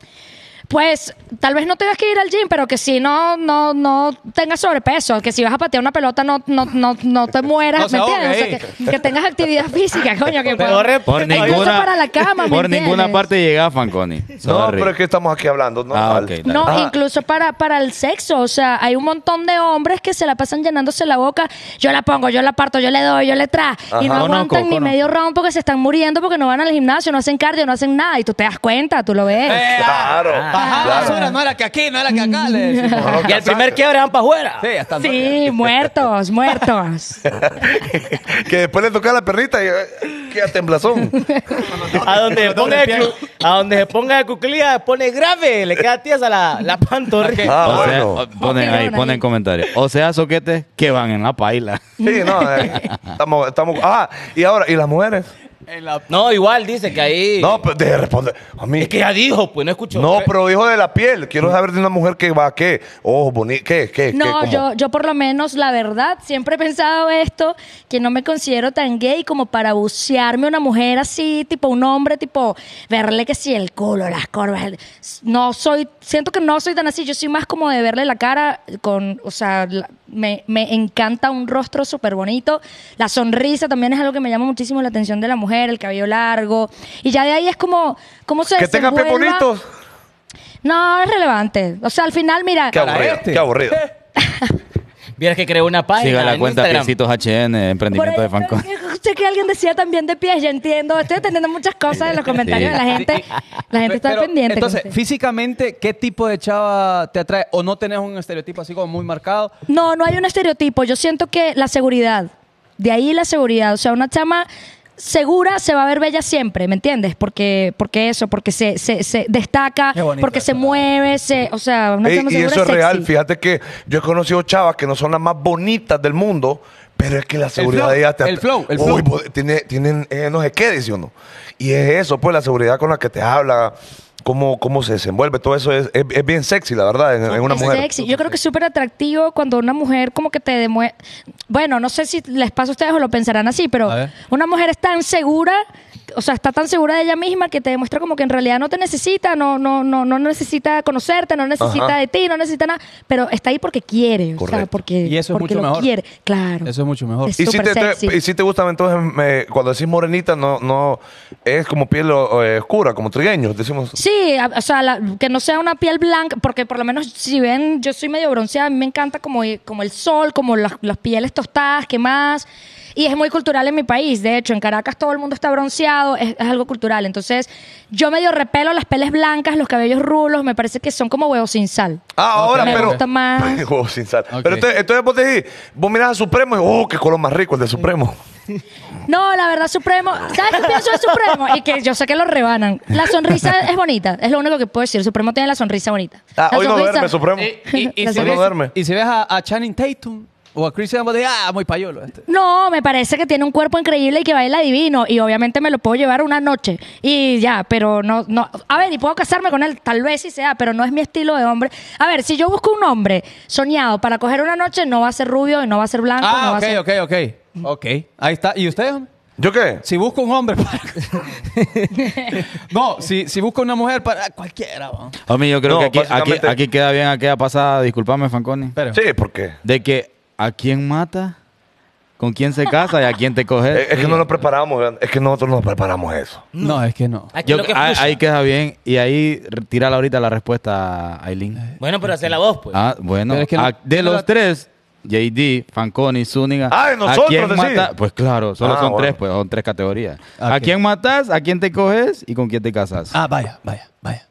E: Pues tal vez no tengas que ir al gym, pero que si no, no, no tengas sobrepeso, que si vas a patear una pelota no, no, no, no te mueras,
B: No se
E: ¿me
B: ahogue
E: entiendes? O sea, que, que tengas actividad física, coño, que
C: Pero re-
D: Por
E: que te
D: ninguna-
E: gusta para la cama, ¿me
F: Por ninguna
E: entiendes?
F: parte llega Fanconi.
A: No,
F: Sorry.
A: pero es que estamos aquí hablando, ¿no?
F: Ah,
A: Al-
F: ok, dale.
E: No,
A: Ajá.
E: incluso para, para el sexo. O sea, hay un montón de hombres que se la pasan llenándose la boca. Yo la pongo, yo la parto, yo le doy, yo le tra. Y no
D: Conozco,
E: aguantan ni
D: conozco.
E: medio round porque se están muriendo, porque no van al gimnasio, no hacen cardio, no hacen nada. Y tú te das cuenta, tú lo ves.
A: Eh, Claro.
B: Ajá,
C: Ah,
A: claro.
B: basura, no era que aquí, no era que acá. Le decimos.
A: No, no,
C: Y el primer quiebre van para afuera.
B: Sí, ya está.
E: Sí, muertos, muertos.
A: que después le toca la perrita y eh, queda temblazón.
C: A donde, se ponga de,
B: ¿Dónde
C: cu- a donde se ponga de cuclilla, pone grave, le queda tiesa la, la pantorrilla.
A: Ah,
F: O sea,
A: bueno.
F: o- ponen
E: Ok,
F: ahí,
E: ahora
F: ponen
E: ahí.
F: comentarios. O sea, soquetes que van en la paila.
A: Sí, no, eh, estamos, estamos. Ah, y ahora, ¿y las mujeres?
C: No, igual dice que ahí.
A: No, pero deje de responder. A mí.
C: es que Mm. ya dijo, pues no escuchó.
A: No, pero dijo de la piel. Quiero saber de una mujer que va a qué. Ojos bonitos. ¿Qué? ¿Qué? ¿Qué?
E: No,
A: ¿Cómo?
E: yo, yo por lo menos, la verdad, siempre he pensado esto, que no me considero tan gay como para bucearme una mujer así, tipo un hombre, tipo verle que sí el culo, las corvas. el- No soy, siento que no soy tan así, yo soy más como de verle la cara con, o sea, la- me, me encanta un rostro súper bonito. La sonrisa también es algo que me llama muchísimo la atención de la mujer, el cabello largo. Y ya de ahí es como, ¿cómo se
A: que tenga pies
E: desenvuelva.
A: bonitos.
E: No, es relevante. O sea, al final, mira...
A: Qué aburrido.
B: este.
A: Qué aburrido.
C: Vieras que creó una página.
F: Siga la
C: en
F: cuenta
C: Instagram.
F: Piecitos HN, emprendimiento de
E: Por ahí,
F: Fanconi.
E: pero que- Sé que alguien decía también de pies, ya entiendo. Estoy entendiendo muchas cosas de los comentarios
F: Sí.
E: de la gente. La gente está
B: Pero,
E: pendiente.
B: Entonces,
E: como que-
B: físicamente, ¿qué tipo de chava te atrae? ¿O no tenés un estereotipo así como muy marcado?
E: No, no hay un estereotipo. Yo siento que la seguridad, de ahí la seguridad. O sea, una chama segura se va a ver bella siempre, ¿me entiendes? Porque, porque eso, porque se, se, se destaca,
B: Qué bonito
E: porque se
B: eso.
E: mueve, se, o sea, una
A: Ey,
E: chama
A: y
E: segura
A: eso es
E: sexy.
A: real. Fíjate que yo he conocido chavas que no son las más bonitas del mundo, pero es que la seguridad
B: flow,
A: de ellas te
B: el flow, el
A: Uy,
B: flow.
A: bo- tiene, tienen, eh, no sé qué, dice uno. Y es eso, pues, la seguridad con la que te habla, cómo, cómo se desenvuelve, todo eso es, es- es bien sexy, la verdad, en, en una
E: es
A: mujer.
E: sexy. Yo creo que es súper atractivo cuando una mujer como que te demuestra... Bueno, no sé si les pasa a ustedes o lo pensarán así, pero
B: A ver.
E: una mujer es tan segura, o sea, está tan segura de ella misma que te demuestra como que en realidad no te necesita, no, no, no, no necesita conocerte, no necesita
A: Ajá.
E: de ti, no necesita nada, pero está ahí porque quiere, o sea,
A: Correcto.
E: porque,
B: Y eso es
E: porque
B: mucho
E: lo
B: mejor.
E: quiere. Claro.
B: Eso es mucho mejor.
E: Es
A: Y si,
E: súper
A: te, te-
E: sexy.
A: y si te gustan, entonces, me- cuando decís morenita, no, no es como piel eh, oscura, como trigueños, decimos.
E: Sí, a- o sea, la- que no sea una piel blanca, porque por lo menos si ven, yo soy medio bronceada, a mí me encanta como, eh, como el sol, como las, las pieles tostadas, quemadas. Y es muy cultural en mi país, de hecho, en Caracas todo el mundo está bronceado, es, es algo cultural. Entonces, yo medio repelo las peles blancas, los cabellos rulos, me parece que son como huevos sin sal.
A: Ah, ahora,
E: Me
A: pero.
E: gusta más.
A: Huevo sin sal.
B: Ok.
A: Pero entonces, entonces vos decís, vos mirás a Supremo y, oh, qué color más rico el de Supremo.
E: No, la verdad, Supremo, ¿sabes qué pienso de Supremo? Y que yo sé que lo rebanan. La sonrisa es bonita, es lo único que puedo decir. Supremo tiene la sonrisa bonita.
A: Ah,
E: La
A: hoy no
E: sonrisa-
A: duerme, Supremo.
B: Eh, Y, y- y
E: La
B: si
E: sonrisa.
B: ves,
A: duerme.
B: y si ves a, a Channing Tatum, O a Chris Evans de, ah, muy payolo. Este.
E: No, me parece que tiene un cuerpo increíble y que baila divino. Y obviamente me lo puedo llevar una noche. Y ya, pero no, no. A ver, y puedo casarme con él, tal vez si sea, pero no es mi estilo de hombre. A ver, si yo busco un hombre soñado para coger una noche, no va a ser rubio y no va a ser blanco. no
B: Ah,
E: va a
B: ok,
E: ser-
B: ok, ok. Ok, ahí está. ¿Y usted? hombre?
A: ¿Yo qué?
B: Si busco un hombre para... no, si, si busco una mujer para... Cualquiera, va.
F: Homie, yo creo
A: No,
F: que aquí, aquí,
A: básicamente-
F: aquí queda bien aquella pasada, discúlpame, Fanconi.
B: Pero-
A: Sí, porque
F: De que a quién mata, con quién se casa y a quién te coge.
B: Eh,
A: es, es que no lo preparamos, ¿verdad? es que nosotros no preparamos eso.
B: No, es que no.
C: Aquí
F: Yo- ah,
C: lo Ah, que
F: ahí,
C: fucha.
F: ahí queda bien. Y ahí tirala ahorita la respuesta, Aileen.
C: Bueno, pero hace la voz, pues.
F: Ah, bueno.
B: Eh, Pero es que
F: Ah,
B: no-
F: de
B: no
F: los
B: la-
F: tres, JD, Fanconi, Zúñiga.
A: Ah, de nosotros,
F: ¿a quién
A: decís.
F: mata? Pues claro, solo
A: Ah,
F: son
A: bueno.
F: tres, pues son tres categorías.
B: Ah,
F: ¿A
B: ok.
F: quién matas? ¿A quién te coges? ¿Y con quién te casas?
B: Ah, vaya, vaya, vaya.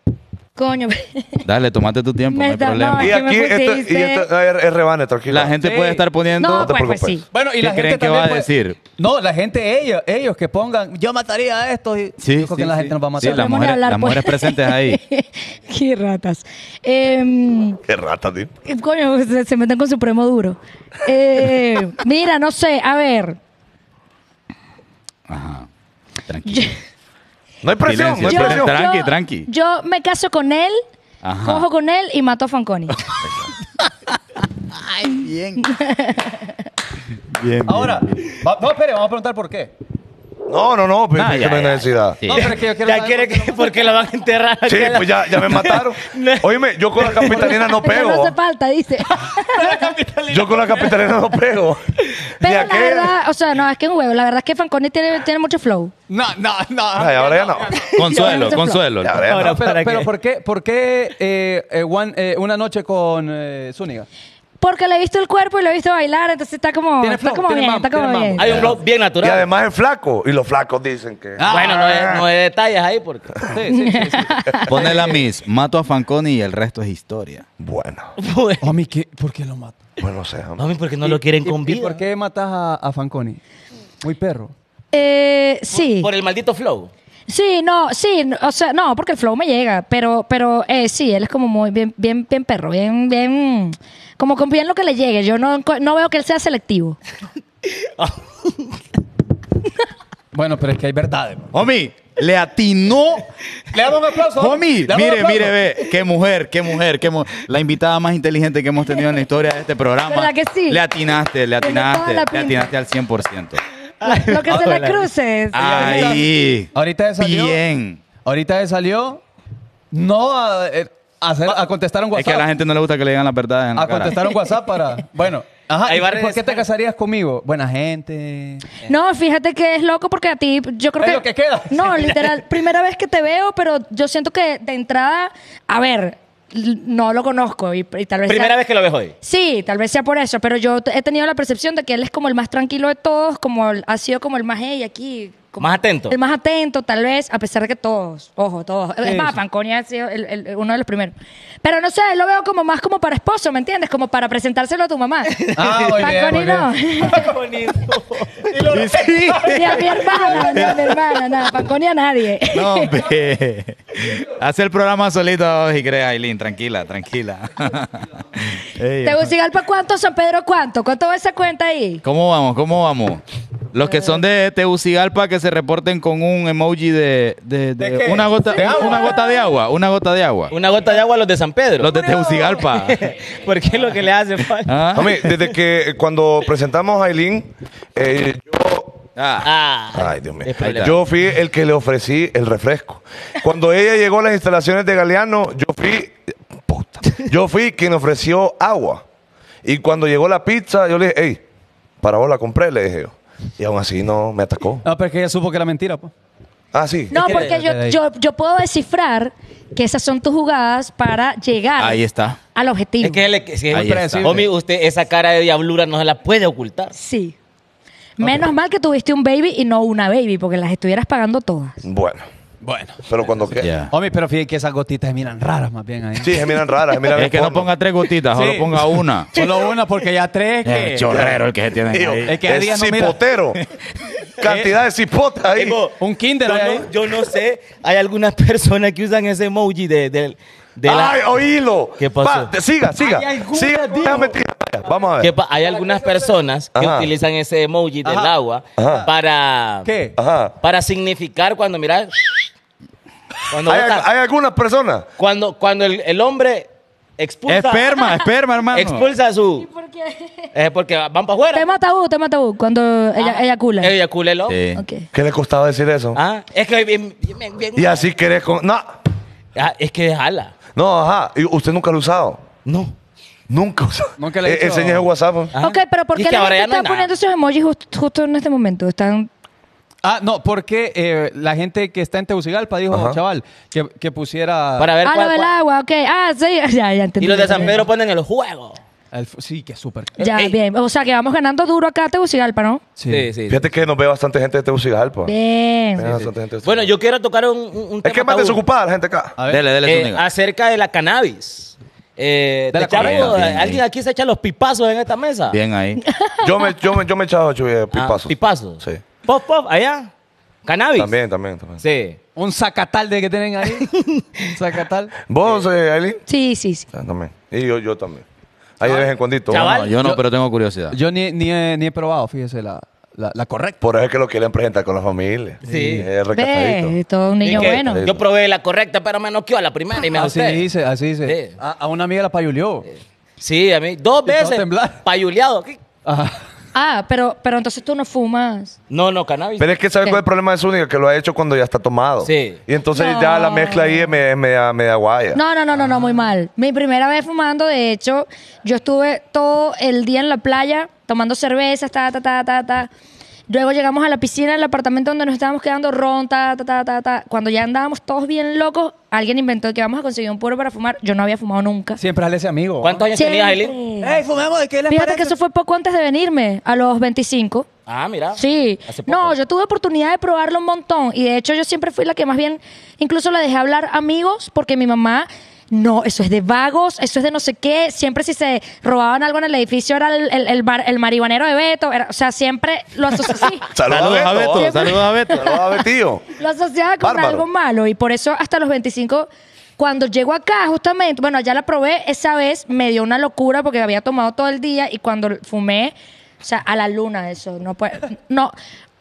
E: Coño.
F: Dale, tomate tu tiempo, no
E: Me
F: hay
E: da-
F: problema.
E: Ay,
A: Y
E: que me
A: aquí esto, y
E: pusiste.
A: esto- ah, es, es rebane, tranquilo.
F: La gente
B: Sí.
F: puede estar poniendo...
E: No,
A: te
E: pues, pues
A: preocupes.
E: sí.
B: Bueno, y
F: ¿Qué
B: la gente
F: creen que
B: también
F: va a
B: puede-
F: decir?
B: No, la gente, ellos, ellos que pongan, yo mataría a estos. y-
F: Sí,
B: yo creo
F: sí,
B: que la
F: sí.
B: gente nos va a matar.
F: Sí, las
E: Dejemos de
F: mujeres, las
E: hablar, pues.
F: mujeres presentes ahí.
E: Qué ratas. Em,
A: Qué rata, tío.
E: coño, se, se meten con su primo duro. Eh, mira, no sé, a ver.
F: Ajá.
E: Yo-
F: Tranquilo.
A: No hay presión, no
F: Silencio,
A: hay
F: silencio.
A: presión.
F: Tranqui, tranqui.
E: Yo me caso con él,
F: Ajá.
E: cojo con él y mato a Fanconi.
F: Bien, bien.
B: Ahora, va- no, espere, vamos a preguntar por qué.
A: No, no, no, pero
F: No,
A: es que
F: ya,
A: no hay
F: ya.
A: necesidad.
F: Sí.
B: No, pero es que yo quiero
C: ya
B: saber
C: quiere
B: por qué
C: que, porque la van a enterrar.
A: Sí,
C: aquí a la-
A: pues ya, ya me mataron.
C: No.
A: Oíme, yo con la capitalina no
E: Pero no
A: pego.
E: hace falta, dice.
A: Yo con la capitalina no pego. Ni
E: Pero la
A: aquel.
E: verdad, o sea, no, es que un huevo. La verdad es que Fanconi tiene, tiene mucho flow.
B: No, no, no.
A: Ay, ahora ya no.
F: Consuelo, consuelo.
A: Ya, ahora ya no.
C: Ahora,
B: Pero,
C: ¿para
B: pero
C: qué?
B: ¿por qué, por qué eh, eh, Juan, eh, una noche con eh, Zúñiga?
E: Porque le he visto el cuerpo y lo he visto bailar, entonces está como,
B: Tiene
E: está
B: flow,
E: como
B: tiene
E: bien,
B: mambo,
E: está como
B: tiene
E: bien.
B: mambo.
C: Hay un blog bien
A: Y
C: natural. Ah.
A: además es flaco. Y los flacos dicen que.
F: Ah.
C: bueno, no hay, no hay detalles ahí porque.
B: Sí, sí, sí. sí.
F: Pone la Miss, mato a Fanconi y el resto es historia.
A: Bueno,
C: Bueno,
B: Mami, ¿qué? ¿por qué lo mata?
A: bueno, no sé. hombre.
C: Mami, porque no lo quieren
B: Pues, ¿Y-
C: con
B: y
C: vida.
B: ¿Por qué matas a, a Fanconi? Muy perro.
E: Eh, sí.
C: Por el maldito flow.
E: Sí, no, sí, n- o sea, no, porque el flow me llega, pero, pero eh, sí, él es como muy bien, bien, bien perro, bien, bien, como confía en lo que le llegue. Yo no, enco- no veo que él sea selectivo.
B: Bueno, pero es que hay verdades. man.
F: Homie, le atinó.
B: Le damos un aplauso.
F: Homie,
B: Le damos un
F: mire,
B: aplauso.
F: mire, ve. Qué mujer, qué mujer, qué mu- La invitada más inteligente que hemos tenido en la historia de este programa.
E: ¿Verdad que sí?
F: Le atinaste, le
E: Tiene toda
F: atinaste,
E: la
F: le
E: pinta.
F: atinaste al 100%.
E: lo que se le cruces.
F: Ahí.
B: Ahorita le salió.
F: Bien.
B: Ahorita él salió no a, eh, a hacer- a contestar un
F: Es que a la
B: WhatsApp.
F: gente no le gusta que le digan la verdad en la
B: A
F: cara.
B: contestar un WhatsApp para. Bueno, ajá.
C: Ahí
B: ¿y
C: va a
B: ¿Por qué
C: regresar.
B: te casarías conmigo? Buena gente.
E: Eh. No, fíjate que es loco porque a ti, yo creo
B: Es
E: que.
B: lo que queda.
E: No, literal, primera vez que te veo, pero yo siento que de entrada, a ver, l- no lo conozco y, y tal vez. sea-
C: Primera vez que lo ves hoy.
E: Sí, tal vez sea por eso, pero yo t- he tenido la percepción de que él es como el más tranquilo de todos, como el- ha sido como el más hey aquí. como-
C: Más atento.
E: El más atento, tal vez, a pesar de que todos, ojo, todos.
B: Sí,
E: es más,
B: sí.
E: Fanconi ha sido el- el- uno de los primeros. Pero no sé, lo veo como más como para esposo, ¿me entiendes? Como para presentárselo a tu mamá.
B: Ah, muy bien,
E: Fanconi
B: muy bien.
E: no.
F: Y sí.
E: Ni a mi hermana, ni a mi hermana, nada, Paco, ni a nadie.
F: No, hombre. Hace el programa solito y crea, Aileen. Tranquila, tranquila. Ey,
E: Tegucigalpa, ¿cuánto? San Pedro, ¿cuánto? ¿Cuánto va esa cuenta ahí?
F: ¿Cómo vamos? ¿Cómo vamos? Los que son de Tegucigalpa que se reporten con un emoji de, de- de
B: ¿De qué?
F: una gota,
B: ¿De agua?
F: una gota de agua, una gota de agua.
C: Una gota de agua a los de San Pedro.
F: Los de Tegucigalpa.
C: Porque es lo que le hace falta.
F: ¿Ah?
A: Mami, desde que eh, cuando presentamos a Aileen, eh,
F: Ah,
C: Ah.
A: Ay, Dios mío.
C: Es problema.
A: Yo fui el que le ofrecí el refresco. Cuando ella llegó a las instalaciones de Galeano, yo fui. Puta. Yo fui quien ofreció agua. Y cuando llegó la pizza, yo le dije, hey, para vos la compré, le dije yo. Y aún así no me atacó.
B: No, pero es que ella supo que era mentira, pues.
A: Ah, sí.
E: No,
B: que-
E: porque yo,
B: ahí.
E: yo, yo puedo descifrar que esas son tus jugadas para llegar
F: ahí está.
E: al objetivo.
C: Es que, él es- sí, es
F: Ahí
C: muy
F: está.
C: predecible. Homie, usted esa cara de diablura no se la puede ocultar.
E: Sí. Menos mal que tuviste un baby y no una baby, porque las estuvieras pagando todas.
A: Bueno,
B: Bueno.
A: pero cuando que.
F: Ya.
B: Homie, pero fíjate que esas gotitas se miran raras más bien ahí.
A: Sí, se miran raras. se miran
F: Es que no
A: porno.
F: ponga tres gotitas, solo
B: Sí.
F: ponga una.
B: Solo una porque ya tres
F: Eh,
B: que...
F: chorrero el que se tiene
A: Tío,
F: ahí.
B: Es que a día
A: es
B: no mira.
A: cipotero. Cantidad de cipotas ahí.
C: Tipo,
B: Un kinder
C: yo
B: hay
C: no,
B: ahí.
C: yo no sé, hay algunas personas que usan ese emoji de, del- de la-
A: ¡Ay, oílo!
C: ¿Qué pasó?
A: Va, te- siga, siga.
C: Ay, alguna,
A: siga,
C: tío.
A: déjame tirar. Vaya, Vamos a
C: que
A: ver.
C: pa- hay algunas personas que
A: Ajá.
C: utilizan ese emoji del
B: Ajá.
C: agua
A: Ajá.
C: para
B: ¿Qué?
A: Ajá.
C: para significar cuando mira cuando
A: Hay,
C: bota-
A: hay algunas personas.
C: cuando cuando el, el hombre expulsa
F: Esperma, esperma, hermano.
C: expulsa su
E: ¿Por qué?
C: es porque van para afuera.
E: Tema tabú, tema tabú. Cuando ella, eyacula.
C: Eyacula el hombre.
F: Sí.
E: Ok.
A: ¿Qué le costaba decir eso?
C: Ah, es que bien, bien- bien-
A: Y así querés con. No,
C: Ah, es que jala.
A: no, ajá. Y usted nunca lo ha usado.
C: No.
A: Nunca usado.
B: Nunca le he hecho-
A: Enseñé el WhatsApp.
C: Ajá.
E: Ok, pero ¿por
C: Y
E: qué
C: que
E: la
C: ahora
E: gente
C: ya no hay
E: está
C: nada.
E: poniendo esos emojis just- justo en este momento? Están...
B: Ah, no, porque eh, la gente que está en Tegucigalpa dijo,
A: Ajá.
B: chaval, que, que pusiera...
C: Para ver
E: Ah, lo
C: cuál,
E: del
C: cuál-
E: agua, ok. Ah, sí, ya, ya entendí.
C: Y los de San Pedro ponen el juego.
B: al fu- Sí, que súper.
E: Ya,
C: Ey.
E: bien. O sea, que vamos ganando duro acá a Tegucigalpa, ¿no?
C: Sí, sí. sí.
A: Fíjate que nos ve bastante gente de Tegucigalpa.
E: Bien.
A: Ve bastante gente de
C: Bueno,
A: Tegucigalpa.
C: yo quiero tocar un, un- un
A: Es que es más
C: tabú.
A: desocupada la gente acá.
B: A ver.
F: Dele, dele,
C: Eh,
F: tú, nigga.
C: acerca de la cannabis. Eh,
B: De
C: ¿te
B: la
C: echaron-
F: cannabis, bien,
C: ¿Alguien
F: bien.
C: aquí se echa los pipazos en esta mesa?
F: Bien ahí.
A: Yo me, yo me, yo me he echado eh,
C: Ah,
A: pipazos.
C: pipazos.
A: Sí.
C: Pop, pop, allá. Cannabis.
A: También, también, también.
C: Sí.
B: Un zacatal de que tienen ahí. Un zacatal.
A: ¿Vos, eh, Aileen?
E: Sí, sí, sí.
A: Ah, También. Y yo, yo también. Ahí de vez en cuando.
C: Ah, Chaval.
F: No, yo no,
B: Yo-
F: pero tengo curiosidad.
B: Yo ni, ni, he, ni he probado, fíjese, la, la, la correcta.
A: Por eso es que lo quieren presentar con la familia.
C: Sí.
A: Es recatadito.
E: Ve, todo un
C: Es
E: niño
C: que
E: bueno.
A: Sí.
C: Yo probé la correcta, pero me noqueó a la primera y me
B: Así
C: asusté.
B: dice, así dice.
C: Sí.
B: A, a una amiga la payulió.
C: Sí, a mí. Dos
B: Y todo
C: veces.
B: temblar.
C: Payuleado.
B: Ajá.
E: Ah, pero, pero entonces tú no fumas.
C: No, no, cannabis.
A: Pero es que ¿sabes
E: Sí.
A: cuál es el problema de Zúñiga? Que lo ha hecho cuando ya está tomado.
C: Sí.
A: Y entonces
E: No.
A: ya la mezcla ahí es media, media, media guaya.
E: No, no, no, no, no, muy mal. Mi primera vez fumando, de hecho, yo estuve todo el día en la playa tomando cervezas, ta, ta, ta, ta, ta. Luego llegamos a la piscina del apartamento donde nos estábamos quedando ron, ta, ta, ta, ta, ta. Cuando ya andábamos todos bien locos, alguien inventó que vamos a conseguir un puro para fumar. Yo no había fumado nunca.
B: Siempre sale ese amigo.
C: ¿Cuántos años
E: Siempre.
C: tenías, Aileen?
B: fumemos! ¿De qué
E: Fíjate que eso fue poco antes de venirme, a los 25.
C: Ah, mira.
E: Sí.
C: Hace poco.
E: No, yo tuve oportunidad de probarlo un montón. Y de hecho, yo siempre fui la que más bien, incluso la dejé hablar amigos, porque mi mamá. No, eso es de vagos, eso es de no sé qué. Siempre si se robaban algo en el edificio era el, el, el bar- el marihuanero de Beto. Era- o sea, siempre lo asociaba así.
A: Saludos a Beto.
E: Beto.
F: saludos a Beto.
A: Saludos a Betío.
E: Lo asociaba con
A: Bárbaro.
E: algo malo. Y por eso hasta los 25, cuando llego acá, justamente, bueno, ya la probé esa vez, me dio una locura porque había tomado todo el día y cuando fumé, o sea, a la luna eso. No puede, no,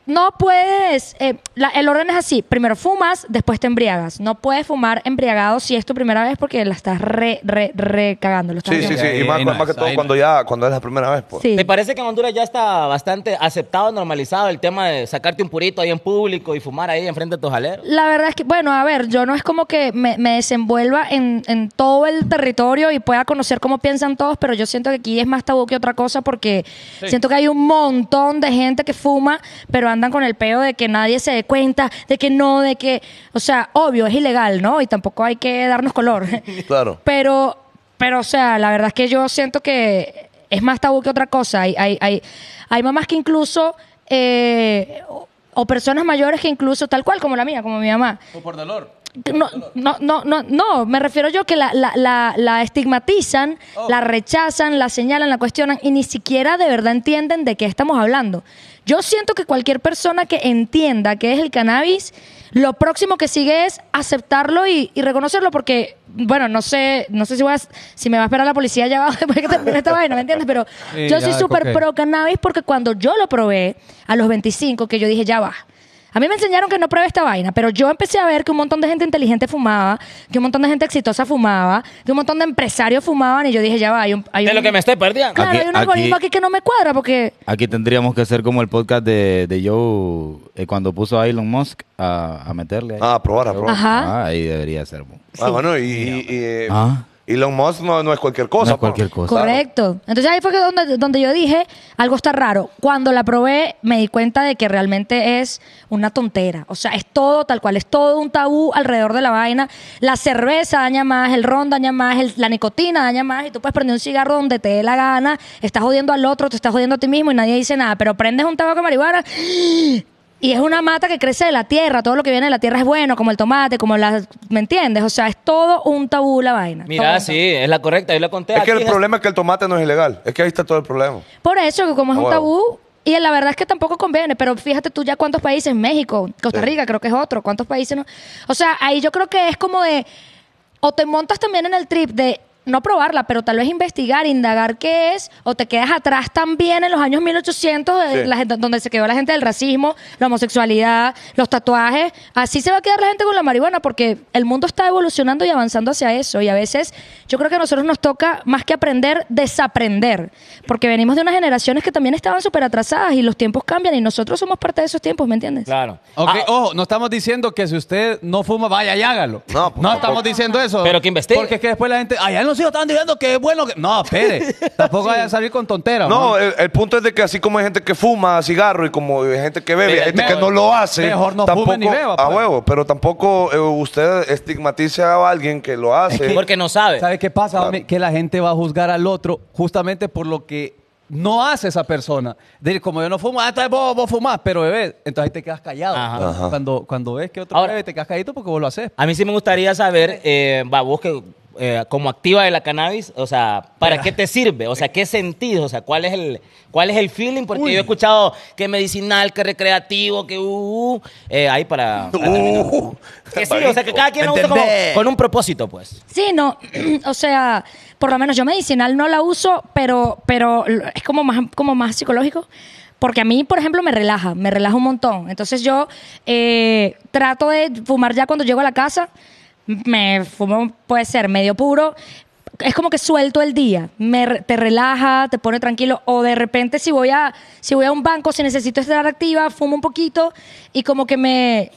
E: no puedes, eh, la- el orden es así, primero fumas, después te embriagas. No puedes fumar embriagado si es tu primera vez porque la estás re, re, re cagando. lo estás
A: Sí, sí,
E: haciendo.
A: sí. Y
B: Ahí
A: más,
B: no
A: más que
B: es,
A: todo
B: ahí
A: cuando
B: no
A: ya, cuando es la primera vez, pues.
E: Sí.
C: ¿Te parece que en Honduras ya está bastante aceptado, normalizado el tema de sacarte un purito ahí en público y fumar ahí enfrente de tus jaleros?
E: La verdad es que, bueno, a ver, yo no es como que me, me desenvuelva en, en todo el territorio y pueda conocer cómo piensan todos, pero yo siento que aquí es más tabú que otra cosa porque siento que hay un montón de gente que fuma, pero andan con el peo de que nadie se dé cuenta, de que no, de que, o sea, obvio, es ilegal, ¿no? Y tampoco hay que darnos color.
A: Claro.
E: Pero, pero, o sea, la verdad es que yo siento que es más tabú que otra cosa. Hay, hay, hay, hay mamás que incluso, eh, o, o personas mayores que incluso, tal cual como la mía, como mi mamá. O por dolor. No, no, no, no, no, me refiero yo que la, la, la, la estigmatizan, la rechazan, la señalan, la cuestionan y ni siquiera de verdad entienden de qué estamos hablando. Yo siento que cualquier persona que entienda qué es el cannabis, lo próximo que sigue es aceptarlo y, y reconocerlo porque, bueno, no sé, no sé si, voy a- si me va a esperar la policía allá abajo después que termine esta vaina, ¿me entiendes? Pero
B: Sí,
E: yo
B: ya,
E: soy súper
B: cocaína.
E: pro cannabis porque cuando yo lo probé a los 25, que yo dije, ya va. A mí me enseñaron que no pruebe esta vaina, pero yo empecé a ver que un montón de gente inteligente fumaba, que un montón de gente exitosa fumaba, que un montón de empresarios fumaban y yo dije, ya va, hay un... Hay
C: De
E: un-
C: lo que me estoy perdiendo.
E: Claro,
F: Aquí-
E: hay un
F: aquí-
E: algoritmo aquí que no me cuadra porque...
F: Aquí tendríamos que hacer como el podcast de, de Joe eh, cuando puso a Elon Musk a, a meterle. ahí.
A: Ah, a probar, a probar.
E: Ajá.
F: Ah, ahí debería ser. bu.
A: Ah, bueno, y, y, y, eh,
F: Ah.
A: Elon Musk no, no es cualquier cosa.
F: No es
A: pues.
F: cualquier cosa.
E: Correcto. Entonces ahí fue que donde, donde yo dije, algo está raro. Cuando la probé, me di cuenta de que realmente es una tontera. O sea, es todo tal cual, es todo un tabú alrededor de la vaina. La cerveza daña más, el ron daña más, el- la nicotina daña más, y tú puedes prender un cigarro donde te dé la gana, estás jodiendo al otro, te estás jodiendo a ti mismo y nadie dice nada, pero prendes un tabaco de marihuana. Y es una mata que crece de la tierra, todo lo que viene de la tierra es bueno, como el tomate, como las... ¿Me entiendes? O sea, es todo un tabú la vaina. todo
C: Mira,
E: un
C: sí, es la correcta, yo la conté.
A: Es que
C: aquí
A: el
C: en
A: problema es que el tomate no es ilegal. Es que ahí está todo el problema.
E: Por eso, que como es
A: Ah,
E: un
A: bueno.
E: tabú, y la verdad es que tampoco conviene, pero fíjate tú ya cuántos países, México, Costa
A: Sí.
E: Rica, creo que es otro, cuántos países no. O sea, ahí yo creo que es como de o te montas también en el trip de no probarla, pero tal vez investigar, indagar qué es, o te quedas atrás también en los años 1800, de
A: Sí.
E: la gente- donde se quedó la gente del racismo, la homosexualidad, los tatuajes. Así se va a quedar la gente con la marihuana, porque el mundo está evolucionando y avanzando hacia eso. Y a veces yo creo que a nosotros nos toca, más que aprender, desaprender, porque venimos de unas generaciones que también estaban súper atrasadas y los tiempos cambian y nosotros somos parte de esos tiempos, ¿me entiendes?
C: Claro.
B: Ok,
C: Ah,
B: ojo, no estamos diciendo que si usted no fuma, vaya y hágalo.
A: No,
B: No,
A: pues,
B: estamos diciendo eso.
C: Pero que investigue.
B: Porque es que después la gente, allá los hijos estaban diciendo que es bueno. que-". No, espere. Tampoco vaya a salir con tonteras.
A: No, el, el punto es de que así como hay gente que fuma cigarro y como hay gente que bebe,
C: Mira,
A: hay gente
C: mejor-
A: que no lo hace.
B: Eh, mejor no fume ni beba,
A: A
B: pues.
A: huevo, pero tampoco eh, usted estigmatice a alguien que lo hace.
C: Porque no sabe.
B: ¿Sabe qué pasa? homie? Que la gente va a juzgar al otro justamente por lo que no hace esa persona. Decir, como yo no fumo, ah, entonces vos, vos fumás, pero bebés. Entonces ahí te quedas callado.
C: Ajá.
A: Ajá.
B: Cuando, cuando ves que otro
C: Ahora-
B: bebe, te quedas calladito porque vos lo haces.
C: A mí sí me gustaría saber, eh, va, vos que eh, como activa de la cannabis, o sea, ¿para qué te sirve? O sea, ¿qué sentido? O sea, ¿cuál es el, cuál es el feeling? Porque yo he escuchado que medicinal, que recreativo, que uh, uh, eh, ahí para... para terminar.
A: Uh,
C: que sí, o sea, que cada quien lo usa como,
F: ¿Entendés?
C: con un propósito, pues.
E: Sí, no, o sea, por lo menos yo medicinal no la uso, pero, pero l- es como más, como más psicológico. Porque a mí, por ejemplo, me relaja, me relaja un montón. Entonces yo eh, trato de fumar ya cuando llego a la casa. Me fumo, puede ser medio puro. Es como que suelto el día. Me, re- te relaja, te pone tranquilo. O de repente, si voy, a, si voy a un banco, si necesito estar activa, fumo un poquito y como que me,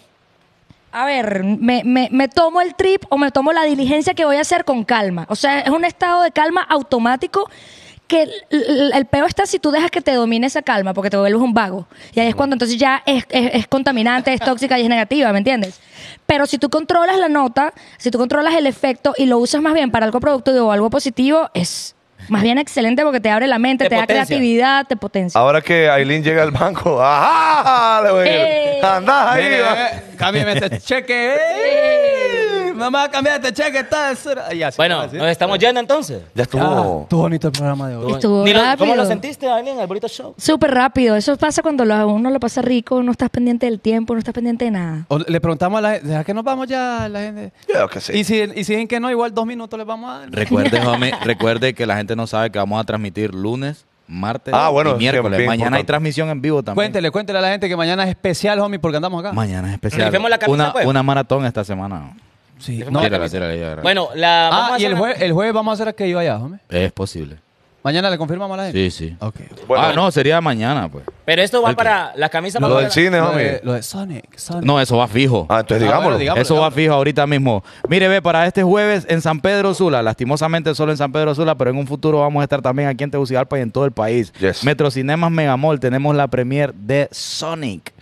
E: a ver, me, me- me tomo el trip o me tomo la diligencia que voy a hacer con calma. O sea, es un estado de calma automático que el, el- el peo está si tú dejas que te domine esa calma porque te vuelves un vago. Y ahí es cuando entonces ya es, es- es contaminante, es tóxica y es negativa, ¿me entiendes? Pero si tú controlas la nota, si tú controlas el efecto y lo usas más bien para algo productivo o algo positivo, es más bien excelente porque te abre la mente,
C: Te
E: te, da
C: potencia.
E: creatividad, te potencia.
A: Ahora que Aileen llega al banco, ¡ajá! Le voy a decir,
E: ¡Eh!
A: ¡Andás ahí!
B: Mire,
A: va".
B: eh, cámbiame este cheque. eh. Mamá, cámbiame este cheque. Está de cero. Y así,
C: Bueno,
B: así.
C: nos estamos yendo entonces.
A: Ya
B: Ah,
A: estuvo.
B: estuvo bonito el programa de hoy.
E: Estuvo
C: Ni lo- ¿Cómo
E: rápido.
C: lo sentiste, Aileen, el bonito show?
E: Súper rápido. Eso pasa cuando lo- uno lo pasa rico, no estás pendiente del tiempo, no estás pendiente de nada.
B: O le preguntamos a la gente, ¿será que nos vamos ya a la gente?
A: Yo creo que sí.
B: Y si, y si dicen que no, igual dos minutos les vamos a dar.
F: Recuerde, homie, recuerde que la gente no sabe que vamos a transmitir lunes, martes
A: Ah, bueno,
F: y
A: sí,
F: miércoles.
A: bien
F: Mañana hay
A: importante.
F: transmisión en vivo también.
B: Cuéntele, cuéntele a la gente que mañana es especial, homie, porque andamos acá.
F: Mañana es especial.
C: Rifemos la camisa,
F: una,
C: pues.
F: una maratón esta semana.
B: Sí, no.
F: No, tírala, tírala, tírala.
C: Bueno, la... vamos a
B: Ah, y
C: hacer
B: el,
C: una-
B: jue- el jueves vamos a hacer aquello allá, homie.
F: Es posible.
B: Mañana le confirmamos a la gente.
F: Sí, sí.
B: Ok.
A: Bueno,
F: ah, no, sería mañana, pues.
C: Pero esto va
F: ¿El qué?
C: para la camisa...
A: Lo
C: para-
A: del cine,
B: Lo
A: homie.
B: de, lo de Sonic, Sonic.
F: No, eso va fijo.
A: Ah, entonces
B: Ah,
A: digámoslo.
B: bueno, digamos.
F: Eso va fijo ahorita mismo. Mire, ve, para este jueves en San Pedro Sula, lastimosamente solo en San Pedro Sula, pero en un futuro vamos a estar también aquí en Tegucigalpa y en todo el país.
A: Yes.
F: Metrocinemas Megamall, tenemos la premier de Sonic.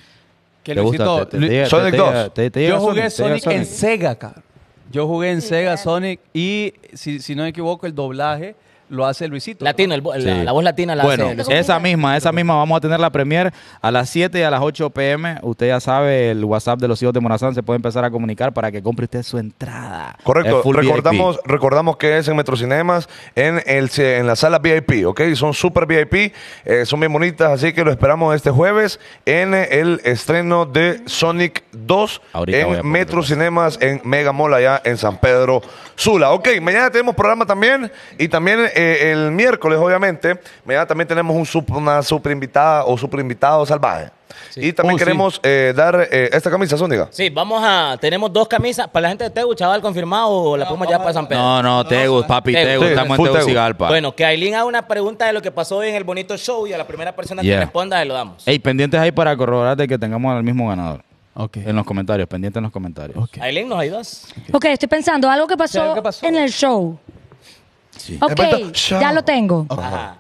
B: Que
F: ¿Te gusta?
B: Luisito-
F: ¿Te- te
B: Lu-
F: llega-
A: Sonic
F: te- te llega-
A: 2.
F: te- te llega
B: Yo jugué
F: ¿Te llega
B: Sonic en Sega, cabrón. Yo jugué en Sega Sonic y, si, si no me equivoco, el doblaje lo hace Luisito.
C: Latino, el vo-
F: Sí.
C: la, la voz latina la
F: bueno, eh.
C: hace-
F: esa misma, esa misma vamos a tener la premier a las 7 y a las 8 pm. Usted ya sabe, el WhatsApp de los hijos de Morazán se puede empezar a comunicar para que compre usted su entrada.
A: Correcto.
F: Es full VIP.
A: Recordamos, recordamos que es en Metrocinemas, en, el, en la sala VIP, ¿ok? Son super VIP, eh, son bien bonitas, así que lo esperamos este jueves en el estreno de Sonic 2
F: Ahorita voy a
A: en
F: poner
A: Metrocinemas, en Mega Mall, allá en San Pedro Sula. Ok, mañana tenemos programa también y también eh, el miércoles, obviamente, mañana también tenemos un sup- una super invitada o super invitado salvaje. Y también
B: Oh, sí.
A: queremos eh, dar eh, esta camisa, Sónica.
C: Sí, vamos a. Tenemos dos camisas. Para la gente de Tegu, chaval, confirmado o la podemos ya para San Pedro.
F: No, no, Tegus, papi,
C: Tegus.
F: Tegus,
A: Sí,
F: estamos en
A: full Tegus.
F: Tegucigalpa.
C: Bueno, que Aileen haga una pregunta de lo que pasó hoy en el bonito show y a la primera persona
F: Yeah.
C: que responda se lo damos.
F: Ey, pendientes ahí para corroborar de que tengamos al mismo ganador.
B: Ok.
F: En los comentarios, pendiente en los comentarios.
B: Ok.
C: Aileen, nos ayudas.
E: Ok, estoy pensando, algo que pasó,
B: ¿Algo que pasó?
E: en el show.
F: Sí.
E: Ok,
A: Espera, show.
E: ya lo tengo.
C: Ajá.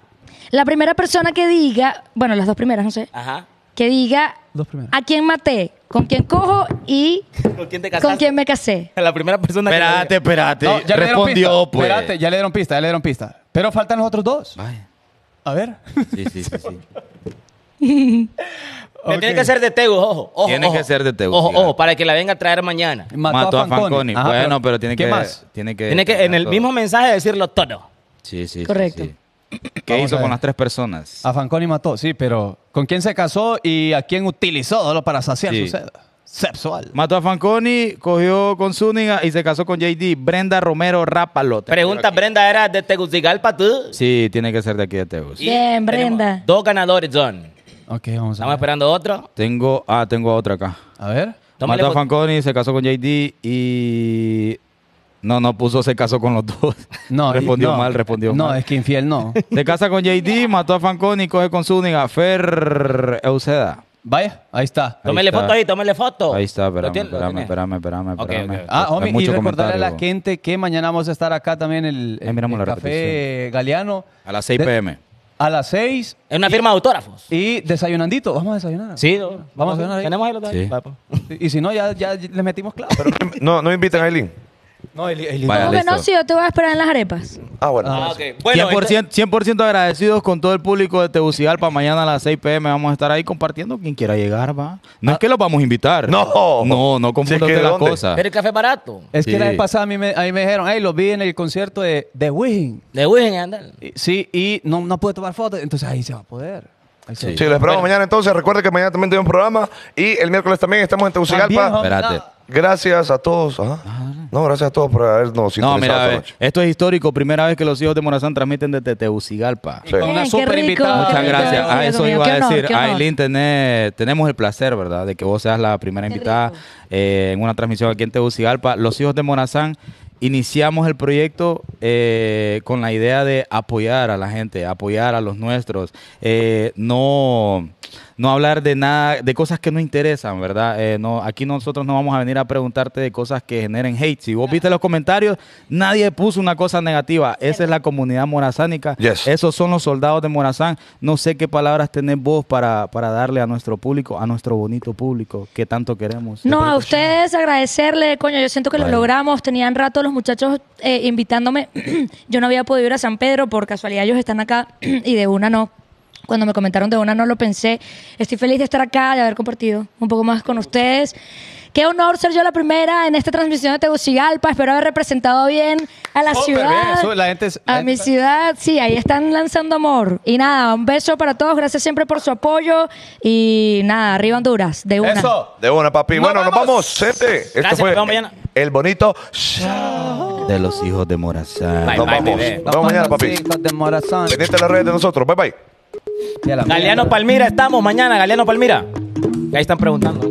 E: La primera persona que diga, bueno, las dos primeras, no sé,
C: Ajá.
E: que diga
B: Dos primeras.
E: a quién maté, con quién cojo y
C: ¿Con quién te casaste?
E: con quién me casé.
C: La primera persona que.
F: Espérate, espérate.
B: No, ya le dieron
F: Respondió,
B: pista.
F: pues.
B: Espérate, ya le dieron pista, ya le dieron pista. Pero faltan los otros dos.
F: Vaya.
B: A ver.
F: Sí, sí, sí. sí.
C: Pero tiene
B: Ok.
C: que ser de Tegu, ojo. ojo
F: Tiene que
C: ojo.
F: ser de Tegu,
C: Ojo,
F: sí, claro.
C: ojo, para que la venga a traer mañana.
F: Mató a Fanconi.
B: Ajá,
F: bueno, pero tiene
B: Ah, ¿qué
F: que.
B: más?
F: Tiene que.
C: Tiene que en el
F: todo.
C: mismo mensaje decirlo todo.
F: Sí, sí. sí,
E: Correcto.
F: sí. ¿Qué
B: Vamos
F: hizo
B: a ver. Ah.
F: con las tres personas?
B: A Fanconi mató, sí, pero ¿con quién se casó y a quién utilizó solo para saciar
F: Sí.
B: su sed? sexual.
F: Mató a Fanconi, cogió con Zúñiga y se casó con JD. Brenda Romero Rapalote.
C: Pregunta, Brenda, ¿era de Tegucigalpa tú?
F: Sí, tiene que ser de aquí de Tegus.
C: Y tenemos
E: Bien, Brenda.
C: Dos ganadores, John.
B: Ok, vamos
C: Estamos
B: a ver.
C: esperando otro.
F: Tengo, ah, tengo a otra acá.
B: A ver.
C: Tómale
F: Mató a
C: foto.
F: Fanconi, se casó con JD y... No, no puso se casó con los dos.
B: No, y-
F: respondió
B: no.
F: mal, respondió
B: No,
F: mal.
B: es que infiel no.
F: Se casa con JD, mató a Fanconi, coge con Zúñiga. Fer Euseda.
B: Vaya, ahí está.
F: Ahí
C: Tómele
F: está.
C: foto ahí, tómele foto.
F: Ahí está,
C: Oh, ¿Lo
F: espérame,
C: tiene- lo
F: espérame,
C: tiene?
F: espérame, espérame,
C: Ok,
F: espérame.
C: ok, ok.
B: Ah,
F: Hay
B: homie, y
F: mucho
B: recordarle a la
F: comentario.
B: gente que mañana vamos a estar acá también en el,
F: Ahí miramos
B: el
F: la
B: Café Galeano.
F: A las 6
B: De-
F: pm.
B: A las 6
C: Es una firma de autógrafos.
B: y desayunandito. Vamos a desayunar.
C: Sí,
B: Vamos a cenar ahí.
C: Tenemos ahí los dos. Ah,
F: Sí.
C: Va, pa.
B: Y, y si no, ya, ya les metimos clavo.
A: No, no invitan a Aileen.
B: no, el, el-
F: Vaya,
E: ¿Cómo que no?
F: Ah, listo.
E: Si yo te voy a esperar en las arepas.
A: Ah, bueno.
C: Ah,
A: entonces.
C: ok. Bueno,
F: 100%, 100 agradecidos con todo el público de Tegucigalpa. Mañana a las 6 pm vamos a estar ahí compartiendo quien quiera llegar, va. No
C: Ah.
F: es que los vamos a invitar.
A: No.
F: No, no
A: Si es
F: confundate
A: que,
F: las
A: ¿dónde?
F: cosas.
C: Pero el café barato.
B: Es que la
F: Sí.
B: vez pasada a mí me, a mí me dijeron, hey, los vi en el concierto de The Wiggin.
C: De Wigen, andar.
B: Y- Sí, y no, no pude tomar fotos. Entonces ahí se va a poder. Ahí se va a
A: Sí, lo esperamos mañana entonces. Recuerden que mañana también tenemos un programa y el miércoles también estamos en
B: poder. También,
A: Tegucigalpa.
B: homie,
F: Espérate.
B: no.
A: Gracias a todos. ajá. No, gracias a todos por habernos
F: No,
A: sintonizado
F: mira, a
A: esta
F: ver,
A: noche.
F: esto es histórico. Primera vez que los hijos de Morazán transmiten desde Tegucigalpa.
A: Sí.
B: Con una
E: Bien, Eh, qué
B: súper
E: rico,
B: invitada.
E: qué
F: Muchas
E: rico,
F: gracias.
E: qué rico,
F: A eso
E: qué
F: iba a
E: honor,
F: decir.
E: qué honor.
F: Aileen, tenés- tenemos el placer, ¿verdad? De que vos seas la primera
E: Qué
F: invitada
E: rico.
F: eh, en una transmisión aquí en Tegucigalpa. Los hijos de Morazán iniciamos el proyecto eh, con la idea de apoyar a la gente, apoyar a los nuestros. Eh, no. No hablar de nada, de cosas que no interesan, ¿verdad? Eh, no, aquí nosotros no vamos a venir a preguntarte de cosas que generen hate. Si vos viste los comentarios, nadie puso una cosa negativa. Esa es la comunidad morazánica.
A: Yes.
F: Es esos son los soldados de Morazán. No sé qué palabras tenés vos para, para darle a nuestro público, a nuestro bonito público que tanto queremos.
E: No, a ustedes agradecerle, coño, yo siento que lo
F: Vaya.
E: logramos. Tenían rato los muchachos eh, invitándome. yo no había podido ir a San Pedro, por casualidad ellos están acá y de una no. Cuando me comentaron de una no lo pensé. Estoy feliz de estar acá, de haber compartido un poco más con ustedes. Qué honor ser yo la primera en esta transmisión de Tegucigalpa. Espero haber representado bien a la
B: Súper
E: ciudad.
B: bien, eso, la gente es- la
E: a
B: gente-
E: mi ciudad, sí, ahí están lanzando amor. Y nada, un beso para todos. Gracias siempre por su apoyo. Y nada, arriba Honduras, de una.
B: Eso.
A: De una, papi.
B: Nos
A: bueno, nos
B: vemos.
A: vamos, gente. Este
C: Gracias,
A: fue
C: nos vemos mañana.
A: el bonito. Chao.
F: De los hijos de Morazán.
C: Bye,
A: nos
C: bye,
A: vamos.
C: bebé.
A: Nos vemos mañana, papi.
B: Hijos de Morazán.
A: Pendiente de las redes de nosotros. Bye, bye.
B: Sí, a la
C: Galeano
B: mierda.
C: Palmira, estamos mañana, Galeano Palmira. Ahí están preguntando.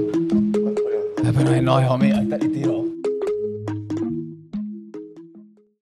B: Ay, Pero no, hijo mío, ahí está el tiro.